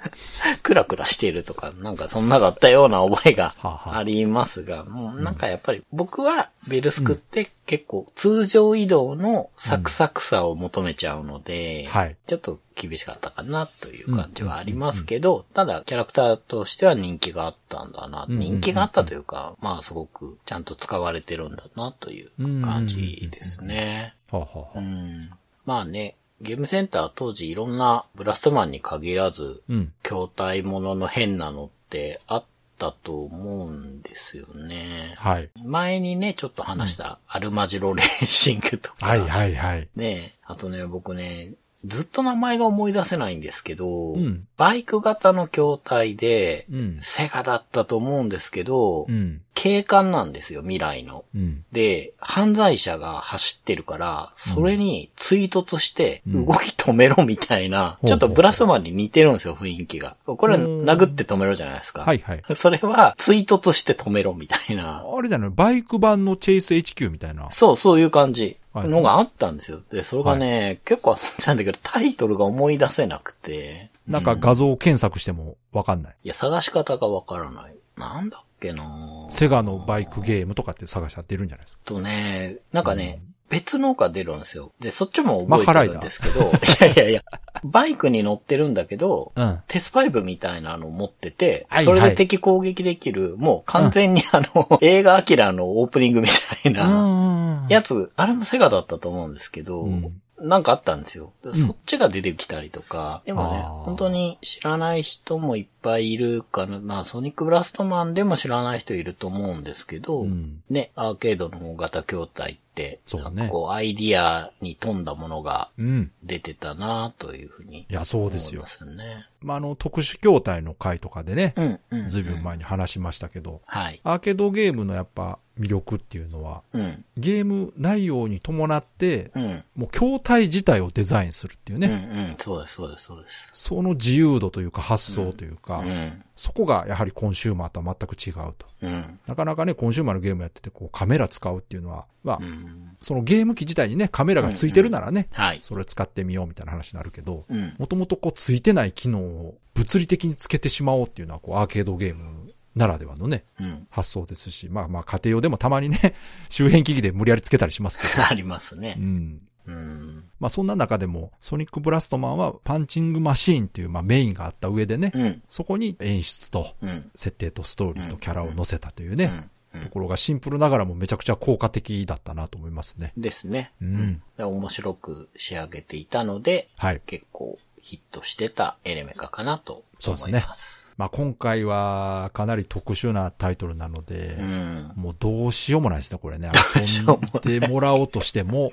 Speaker 3: クラクラしているとか、なんかそんなだったような覚えが
Speaker 2: はあはあ
Speaker 3: ありますが、もうなんかやっぱり僕はベルスクって結構通常移動のサクサクさを求めちゃうので、
Speaker 2: はい
Speaker 3: ちょっと厳しかったかなという感じはありますけど、ただキャラクターとしては人気があったんだな、
Speaker 2: うんうんうん
Speaker 3: 人気があったというか、まあすごくちゃんと使われてるんだなという感じですね。
Speaker 2: はあはあ
Speaker 3: う
Speaker 2: はあ
Speaker 3: ん。まあね、ゲームセンター当時いろんなブラストマンに限らず、
Speaker 2: うん。
Speaker 3: 筐体ものの変なのってあったと思うんですよね。
Speaker 2: はい。
Speaker 3: 前にね、ちょっと話したアルマジロレーシングとか。
Speaker 2: はいはいはい。
Speaker 3: ねあとね、僕ね、ずっと名前が思い出せないんですけど、
Speaker 2: うん
Speaker 3: バイク型の筐体で、
Speaker 2: うん。
Speaker 3: セガだったと思うんですけど、
Speaker 2: うん。
Speaker 3: 警官なんですよ、未来の。
Speaker 2: うん。
Speaker 3: で、犯罪者が走ってるから、それに追突して、
Speaker 2: うん
Speaker 3: 動き止めろみたいな、
Speaker 2: うん
Speaker 3: ちょっとブラストマンに似てるんですよ、雰囲気が。これは
Speaker 2: うん
Speaker 3: 殴って止めろじゃないですか。
Speaker 2: はいはい。
Speaker 3: それは、追突して止めろみたいな。
Speaker 2: あれじゃないバイク版のチェイス HQ みたいな。
Speaker 3: そう、そういう感じ
Speaker 2: はい
Speaker 3: のがあったんですよ。で、それがね、結構遊んでたんだけど、タイトルが思い出せなくて。
Speaker 2: なんか
Speaker 3: う
Speaker 2: 画像検索してもわかんない。
Speaker 3: いや、探し方がわからない。なんだっけなぁ
Speaker 2: セガのバイクゲームとかって探しちゃってるんじゃないですか。
Speaker 3: とね、なんかね、別のが出るんですよ。で、そっちも覚
Speaker 2: マッハラ
Speaker 3: え
Speaker 2: イ
Speaker 3: て
Speaker 2: ダ
Speaker 3: るん
Speaker 2: ー
Speaker 3: ですけど、
Speaker 2: *laughs*
Speaker 3: いやいやいや、バイクに乗ってるんだけど、
Speaker 2: うん。
Speaker 3: 鉄パイプみたいなのを持ってて
Speaker 2: はい、
Speaker 3: それ
Speaker 2: は
Speaker 3: で
Speaker 2: い
Speaker 3: 敵攻撃できる、もう完全にあの、 *laughs* 映画アキラのオープニングみたいうな、
Speaker 2: んうんうん。
Speaker 3: やつ、あれもセガだったと思うんですけど、
Speaker 2: うん
Speaker 3: なんかあったんですよ。で
Speaker 2: ん
Speaker 3: そっちが出てきたりとか、でもね
Speaker 2: あー、
Speaker 3: 本当に知らない人もいっぱいいるかな、まあソニックブラストマンでも知らない人いると思うんですけど、
Speaker 2: うん。
Speaker 3: ね、アーケードの大型筐体って、
Speaker 2: そうね
Speaker 3: なんかこう、アイディアに富んだものが
Speaker 2: うん。
Speaker 3: 出てたなというふうに
Speaker 2: い。や、そうです
Speaker 3: 思い
Speaker 2: よ
Speaker 3: ま。すね。
Speaker 2: まあ、あの、特殊筐体の回とかでね、
Speaker 3: うん、うん。
Speaker 2: ずいぶん前に話しましたけど、
Speaker 3: はい。
Speaker 2: アーケードゲームのやっぱ魅力っていうのは、
Speaker 3: うん、
Speaker 2: ゲーム内容に伴って、
Speaker 3: うん。うん、
Speaker 2: もう筐体自体をデザインするっていう
Speaker 3: う
Speaker 2: ね、
Speaker 3: ん。そうです、そうです、そうです。
Speaker 2: その自由度というか発想というか、
Speaker 3: うん、
Speaker 2: そこがやはりコンシューマーとは全く違うと。
Speaker 3: うん、
Speaker 2: なかなかね、コンシューマーのゲームやってて、こうカメラ使うっていうのは、まあ、
Speaker 3: うん。
Speaker 2: そのゲーム機自体にね、カメラがついてるならね、
Speaker 3: はい。
Speaker 2: それ使ってみようみたいな話になるけど、
Speaker 3: うん。
Speaker 2: もともとこうついてない機能を物理的につけてしまおうっていうのは、こうアーケードゲームならではのね、
Speaker 3: うん。 *laughs*
Speaker 2: 発想ですし、まあまあ家庭用でもたまにね、 *laughs* 周辺機器で無理やりつけたりしますけど、
Speaker 3: あります
Speaker 2: う
Speaker 3: ね。
Speaker 2: ん。
Speaker 3: うん。
Speaker 2: まあそんな中でも、ソニックブラストマンはパンチングマシーンっていうまあメインがあった上でね、
Speaker 3: うん。
Speaker 2: そこに演出と
Speaker 3: うん。
Speaker 2: 設定とストーリーとキャラを乗せたという
Speaker 3: う
Speaker 2: ね、
Speaker 3: ん。う
Speaker 2: と
Speaker 3: ん
Speaker 2: ころがシンプルながらもめちゃくちゃ効果的だったなと思いますね。
Speaker 3: ですね。
Speaker 2: うん。
Speaker 3: で面白く仕上げていたので、
Speaker 2: はい。
Speaker 3: 結構ヒットしてたエレメカかなと
Speaker 2: そうです
Speaker 3: 思い
Speaker 2: ね
Speaker 3: ます。
Speaker 2: まあ今回はかなり特殊なタイトルなので、
Speaker 3: うん。
Speaker 2: もうどうしようもないですね、こ
Speaker 3: *laughs*
Speaker 2: れね。
Speaker 3: うしようも
Speaker 2: 遊んでもらおうとしても、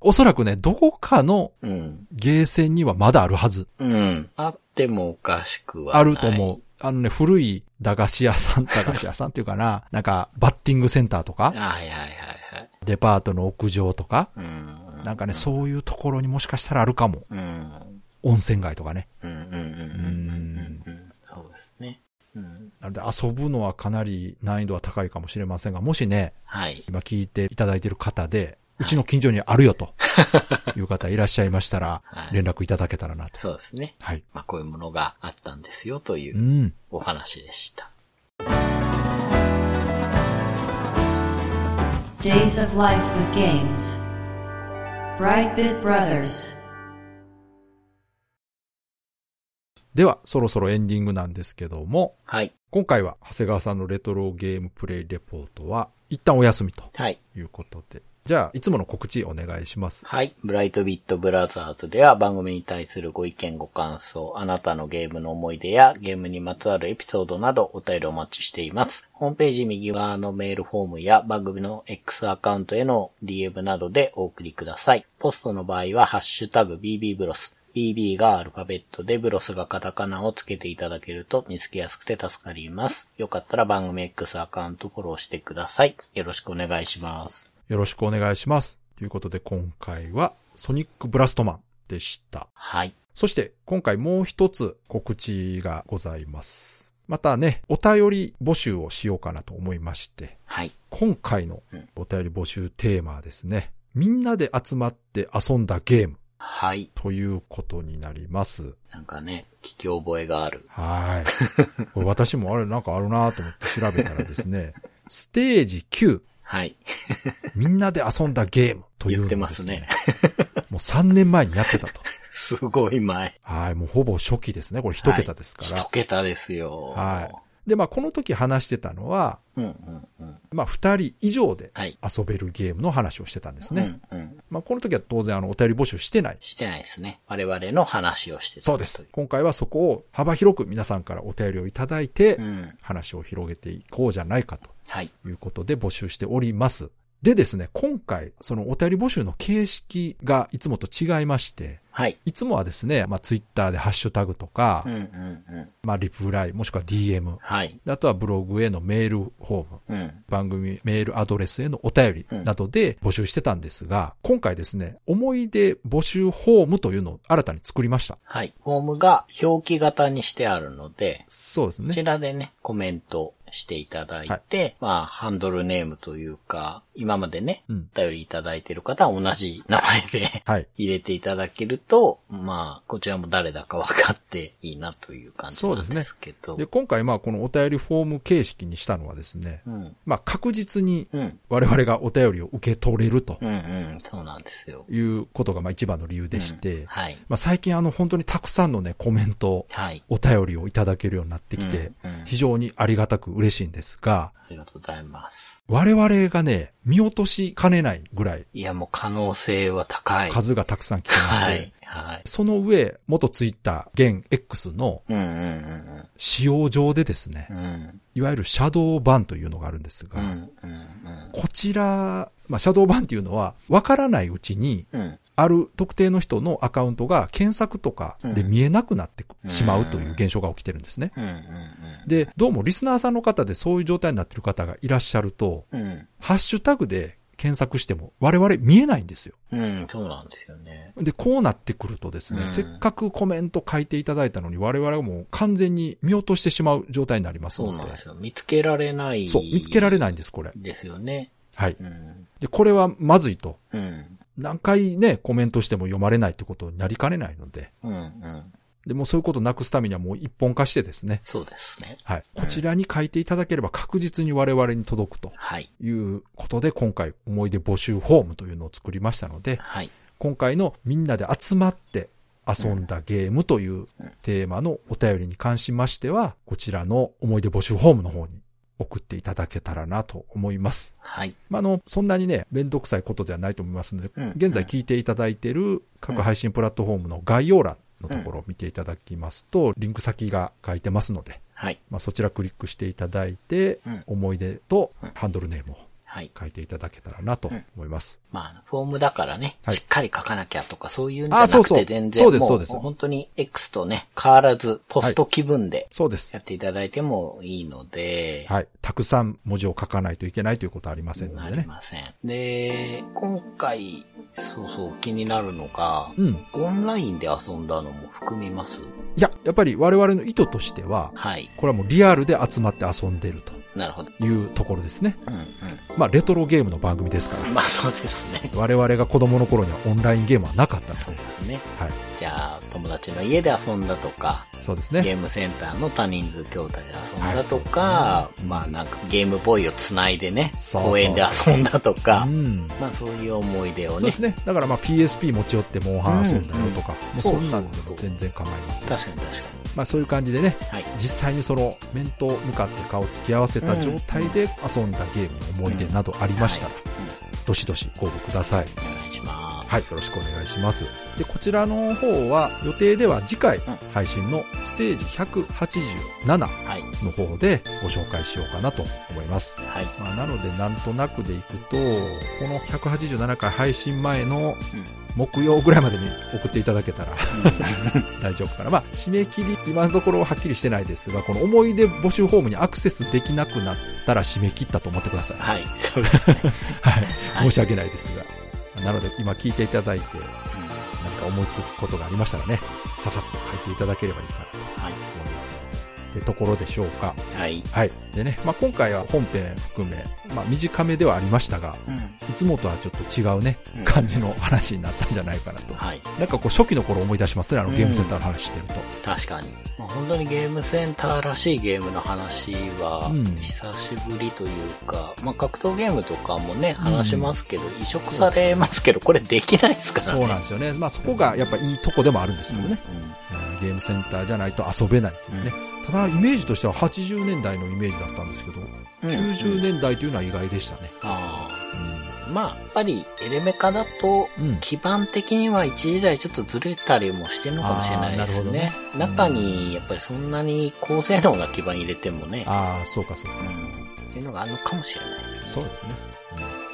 Speaker 2: おそらくね、どこかの
Speaker 3: うん。
Speaker 2: ゲーセンにはまだあるはず。
Speaker 3: うん。あってもおかしくはない。
Speaker 2: あると思う。あのね、古い駄菓子屋さん、駄菓子屋さんっていうかな、 *laughs* なんか、バッティングセンターとか、
Speaker 3: はいはいはいはい。
Speaker 2: デパートの屋上とか、
Speaker 3: うん。
Speaker 2: なんかね、そういうところにもしかしたらあるかも。
Speaker 3: うん。
Speaker 2: 温泉街とかね。
Speaker 3: うんうんうんうんうんうん。そうですね。うん。
Speaker 2: なので遊ぶのはかなり難易度は高いかもしれませんが、もしね、
Speaker 3: はい。
Speaker 2: 今聞いていただいている方で、うちの近所にあるよと
Speaker 3: *laughs*
Speaker 2: いう方いらっしゃいましたら
Speaker 3: は、い
Speaker 2: 連絡いただけたらなと。
Speaker 3: そうですね。
Speaker 2: はい。。
Speaker 3: まあ、こういうものがあったんですよといううんお話でした。
Speaker 1: Days of Life with Games. Brightbit Brothers.
Speaker 2: では、そろそろエンディングなんですけども、
Speaker 3: はい。
Speaker 2: 今回は長谷川さんのレトロゲームプレイレポートは、一旦お休みと
Speaker 3: はい。
Speaker 2: いうことで。じゃあ、いつもの告知お願いします。
Speaker 3: はい。ブライトビットブラザーズでは番組に対するご意見ご感想、あなたのゲームの思い出やゲームにまつわるエピソードなどお便りお待ちしています。ホームページ右側のメールフォームや番組の X アカウントへの DM などでお送りください。ポストの場合はハッシュタグ BB ブロス。BB がアルファベットでブロスがカタカナをつけていただけると見つけやすくて助かります。よかったら番組 X アカウントフォローしてください。よろしくお願いします。
Speaker 2: よろしくお願いします。ということで、今回は、ソニックブラストマンでした。
Speaker 3: はい。
Speaker 2: そして今回もう一つ告知がございます。またね、お便り募集をしようかなと思いまして、
Speaker 3: はい。
Speaker 2: 今回の
Speaker 3: うん
Speaker 2: お便り募集テーマはですね、みんなで集まって遊んだゲーム
Speaker 3: はい。
Speaker 2: ということになります。
Speaker 3: なんかね、聞き覚えがある。
Speaker 2: はー
Speaker 3: *laughs*
Speaker 2: い。これ私もあれなんかあるなと思って調べたらですね、ステージ9、
Speaker 3: はい。
Speaker 2: みんなで遊んだゲームというのをです
Speaker 3: 言っ
Speaker 2: ね
Speaker 3: て。
Speaker 2: もう3年前にやってたと。
Speaker 3: すごい前。
Speaker 2: *laughs* はい、もうほぼ初期ですね。これ一桁ですから。
Speaker 3: 一桁ですよ。
Speaker 2: はい。で、まあ、この時話してたのは、
Speaker 3: い。うんうんうん。
Speaker 2: まあ、二人以上で
Speaker 3: はい。
Speaker 2: 遊べるゲームの話をしてたんですね。
Speaker 3: うんうん。
Speaker 2: まあ、この時は当然、あの、お便り募集してない。
Speaker 3: してないですね。我々の話をしてた
Speaker 2: そうです。今回はそこを幅広く皆さんからお便りをいただいて
Speaker 3: う、ん。
Speaker 2: 話を広げていこうじゃないかと
Speaker 3: はい。
Speaker 2: いうことで募集しております。でですね、今回、そのお便り募集の形式がいつもと違いまして、
Speaker 3: はい。
Speaker 2: いつもはですね、まあ、ツイッターでハッシュタグとか、
Speaker 3: うんうんうん。
Speaker 2: まあ、リプライ、もしくは DM、
Speaker 3: はい。
Speaker 2: あとはブログへのメールフォーム、
Speaker 3: うん。
Speaker 2: 番組メールアドレスへのお便りなどで募集してたんですが、今回ですね、思い出募集フォームというのを新たに作りました。
Speaker 3: はい。フォームが表記型にしてあるので、
Speaker 2: そうです
Speaker 3: こち
Speaker 2: ね。
Speaker 3: らでね、コメントしていただいて、まあ、ハンドルネームというか、今までね、
Speaker 2: うん
Speaker 3: お便りいただいてる方は同じ名前で
Speaker 2: はい。
Speaker 3: 入れていただけると、まあ、こちらも誰だか分かっていいなという感じなんですけど。
Speaker 2: で、今回まあこのお便りフォーム形式にしたのはですね、
Speaker 3: うん。
Speaker 2: まあ確実に
Speaker 3: うん。
Speaker 2: 我々がお便りを受け取れると
Speaker 3: うんうん。そうなんですよ。
Speaker 2: いうことがまあ一番の理由でして、
Speaker 3: うんはい。
Speaker 2: まあ最近あの本当にたくさんのね、コメント、
Speaker 3: はい。
Speaker 2: お便りをいただけるようになってきて、
Speaker 3: うんうん
Speaker 2: 非常にありがたく嬉しいんですが、
Speaker 3: ありがとうございます。
Speaker 2: 我々がね、見落としかねないぐらい
Speaker 3: いや、もう可能性は高い。
Speaker 2: 数がたくさん来てまして、
Speaker 3: はい。はい。
Speaker 2: その上、元ツイッター、現 X の
Speaker 3: うんうん
Speaker 2: 使用上でですね
Speaker 3: うんう、ん。うん。
Speaker 2: いわゆるシャドー版というのがあるんです
Speaker 3: う
Speaker 2: が、
Speaker 3: んうん
Speaker 2: こちら、まあ、シャドー版っていうのは、わからないうちに、
Speaker 3: うん。うん。
Speaker 2: ある特定の人のアカウントが検索とかで見えなくなってしまうという現象が起きてるんですね。
Speaker 3: うんうん
Speaker 2: で、どうもリスナーさんの方でそういう状態になってる方がいらっしゃると、
Speaker 3: うん。うん。
Speaker 2: ハッシュタグで検索しても我々見えないんですよ。
Speaker 3: うん、そうなんですよね。
Speaker 2: で、こうなってくるとですね、
Speaker 3: うん
Speaker 2: せっかくコメント書いていただいたのに、我々はもう完全に見落としてしまう状態になります
Speaker 3: そう
Speaker 2: の
Speaker 3: なん
Speaker 2: で
Speaker 3: で。すよ。見つけられない。
Speaker 2: そう、見つけられ
Speaker 3: い。
Speaker 2: ないんです、これ。
Speaker 3: ですよね。
Speaker 2: はい。
Speaker 3: うん。
Speaker 2: で、これはまずいと。
Speaker 3: うん。
Speaker 2: 何回ね、コメントしても読まれないってことになりかねないので。
Speaker 3: うんうん。
Speaker 2: で、もうそういうことなくすためにはもう一本化してですね。
Speaker 3: そうですね。
Speaker 2: はい。こちらに書いていただければ確実に我々に届くと
Speaker 3: はい。
Speaker 2: いうことで、今回思い出募集フォームというのを作りましたので、
Speaker 3: はい。
Speaker 2: 今回のみんなで集まって遊んだゲームというテーマのお便りに関しましては、こちらの思い出募集フォームの方に送っていただけたらなと思います。
Speaker 3: はい。
Speaker 2: まあ、あの、そんなにね、めんどくさいことではないと思いますので、
Speaker 3: うん
Speaker 2: 現在聞いていただいている各配信プラットフォームの概要欄のところを見ていただきますと、リンク先が書いてますので、
Speaker 3: はい。
Speaker 2: まあ、そちらクリックしていただいて、
Speaker 3: うん
Speaker 2: 思い出と
Speaker 3: うん
Speaker 2: ハンドルネームを
Speaker 3: はい。
Speaker 2: 書いていただけたらなと思います。
Speaker 3: まあ、フォームだからね、
Speaker 2: はい
Speaker 3: しっかり書かなきゃとか、そういうんじ
Speaker 2: あ
Speaker 3: ゃな
Speaker 2: そう
Speaker 3: く
Speaker 2: そう
Speaker 3: て全然、
Speaker 2: そうです
Speaker 3: も
Speaker 2: そうです
Speaker 3: も本当に X とね、変わらず、ポスト気分で
Speaker 2: そうです
Speaker 3: や。っていただいてもいいので、
Speaker 2: はい。たくさん文字を書かないといけないということはありませんの
Speaker 3: な
Speaker 2: で
Speaker 3: り
Speaker 2: ね。
Speaker 3: ません。で、今回、そうそう、気になるのが、
Speaker 2: うん。
Speaker 3: オンラインで遊んだのも含みます
Speaker 2: いや、やっぱり我々の意図としては、
Speaker 3: はい。
Speaker 2: これはもうリアルで集まって遊んでると
Speaker 3: なるほど。
Speaker 2: いうところですね。
Speaker 3: うん
Speaker 2: まあ、レトロゲームの番組ですから
Speaker 3: う。ん。まあそうですね。
Speaker 2: 我々が子供の頃にはオンラインゲームはなかった
Speaker 3: そう
Speaker 2: の
Speaker 3: で
Speaker 2: で。
Speaker 3: すね。
Speaker 2: はい。
Speaker 3: じゃあ、友達の家で遊んだとか、
Speaker 2: そうです
Speaker 3: *laughs* ゲ
Speaker 2: ね。
Speaker 3: ームセンターの多人数筐体で遊んだとか、まあなんかゲームボーイを繋いでね、
Speaker 2: そうそうそう
Speaker 3: 公園で遊んだとか
Speaker 2: う、ん。
Speaker 3: まあそういう思い出を
Speaker 2: そうで
Speaker 3: ね、
Speaker 2: すね。だからまあ PSP 持ち寄ってモンハン遊んだよとか、
Speaker 3: うん
Speaker 2: もうそんなんでも全然構いません。
Speaker 3: 確かに確か
Speaker 2: まあそういう感じでね、
Speaker 3: に。はい。
Speaker 2: 実際にその面と向かって顔を突き合わせた状態で遊んだゲームの思い出などありましたら、どしどしご応募ください。
Speaker 3: お願いします。
Speaker 2: はい、よろしくお願いします。で、こちらの方は予定では次回配信のステージ187
Speaker 3: はい。
Speaker 2: の方でご紹介しようかなと思います。
Speaker 3: はい。
Speaker 2: まあ、なのでなんとなくでいくと、この187回配信前の木曜ぐらいまでに送っていただけたら大丈夫かな。まあ、締め切り、今のところははっきりしてないですが、この思い出募集フォームにアクセスできなくなったら締め切ったと思ってくだ
Speaker 3: *laughs*
Speaker 2: さい。 *laughs*
Speaker 3: はい。そうですね。
Speaker 2: はい。
Speaker 3: はい
Speaker 2: 申し訳ないですが。なので、今聞いていただいて、
Speaker 3: うん
Speaker 2: 何か思いつくことがありましたらね、ささっと書いていただければいいかなと
Speaker 3: は
Speaker 2: 思います。ってところでしょうか。
Speaker 3: い。はい。
Speaker 2: はい。でね、まあ、今回は本編含め、まあ、短めではありましたが、
Speaker 3: うん。
Speaker 2: いつもとはちょっと違うね
Speaker 3: う、ん
Speaker 2: 感じの話になったんじゃないかなと。
Speaker 3: はい。
Speaker 2: なんかこう初期の頃思い出しますね、あのゲームセンターの話してると。
Speaker 3: 確かに。まあ、本当にゲームセンターらしいゲームの話は
Speaker 2: うん、
Speaker 3: 久しぶりというか、まあ格闘ゲームとかもね、話しますけど、移植されますけど、これできないですから
Speaker 2: そ
Speaker 3: ね。
Speaker 2: うなんですよね。まあそこがやっぱいいとこでもあるんですけどね。
Speaker 3: う
Speaker 2: うんゲームセンターじゃないと遊べないっていうね。ただイメージとしては80年代のイメージだったんですけど、
Speaker 3: ん。うん。
Speaker 2: 90年代というのは意外でしたね。
Speaker 3: ああまあ、やっぱり、エレメカだと、
Speaker 2: うん。うん
Speaker 3: 基盤的には一時代ちょっとずれたりもしてるのかもしれないで
Speaker 2: あーなるほ
Speaker 3: す
Speaker 2: ど
Speaker 3: ね。
Speaker 2: ね
Speaker 3: 中に、やっぱりそんなに高性能な基盤入れてもね、
Speaker 2: ああ、そうかそうか。
Speaker 3: うん、っていうのがあるのかもしれないですね。
Speaker 2: そうですね。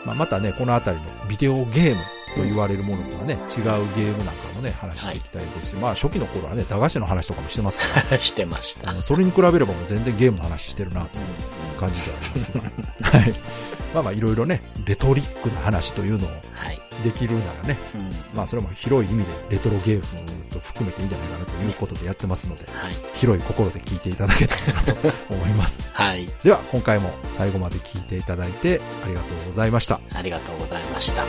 Speaker 2: うんまあ、またね、このあたりのビデオゲームと言われるものとはね、違うゲームなんかもね、話していきたいですし、まあ初期の頃はね、駄菓子の話とかもしてますか
Speaker 3: してました。
Speaker 2: ら、 *laughs* あ
Speaker 3: うん
Speaker 2: のそれに比べればもう全然ゲームの話してるなという感じではありますが、 *laughs* はい。まあまあいろいろね、レトリックな話というのを
Speaker 3: はい。
Speaker 2: できるならね、
Speaker 3: うん
Speaker 2: まあそれも広い意味でレトロゲームと含めていいんじゃないかなということでやってますので、
Speaker 3: はい。
Speaker 2: 広い心で聞いていただけたらなと思います。
Speaker 3: はい。
Speaker 2: では今回も最後まで聞いていただいてありがとうございました。
Speaker 3: ありがとうございました。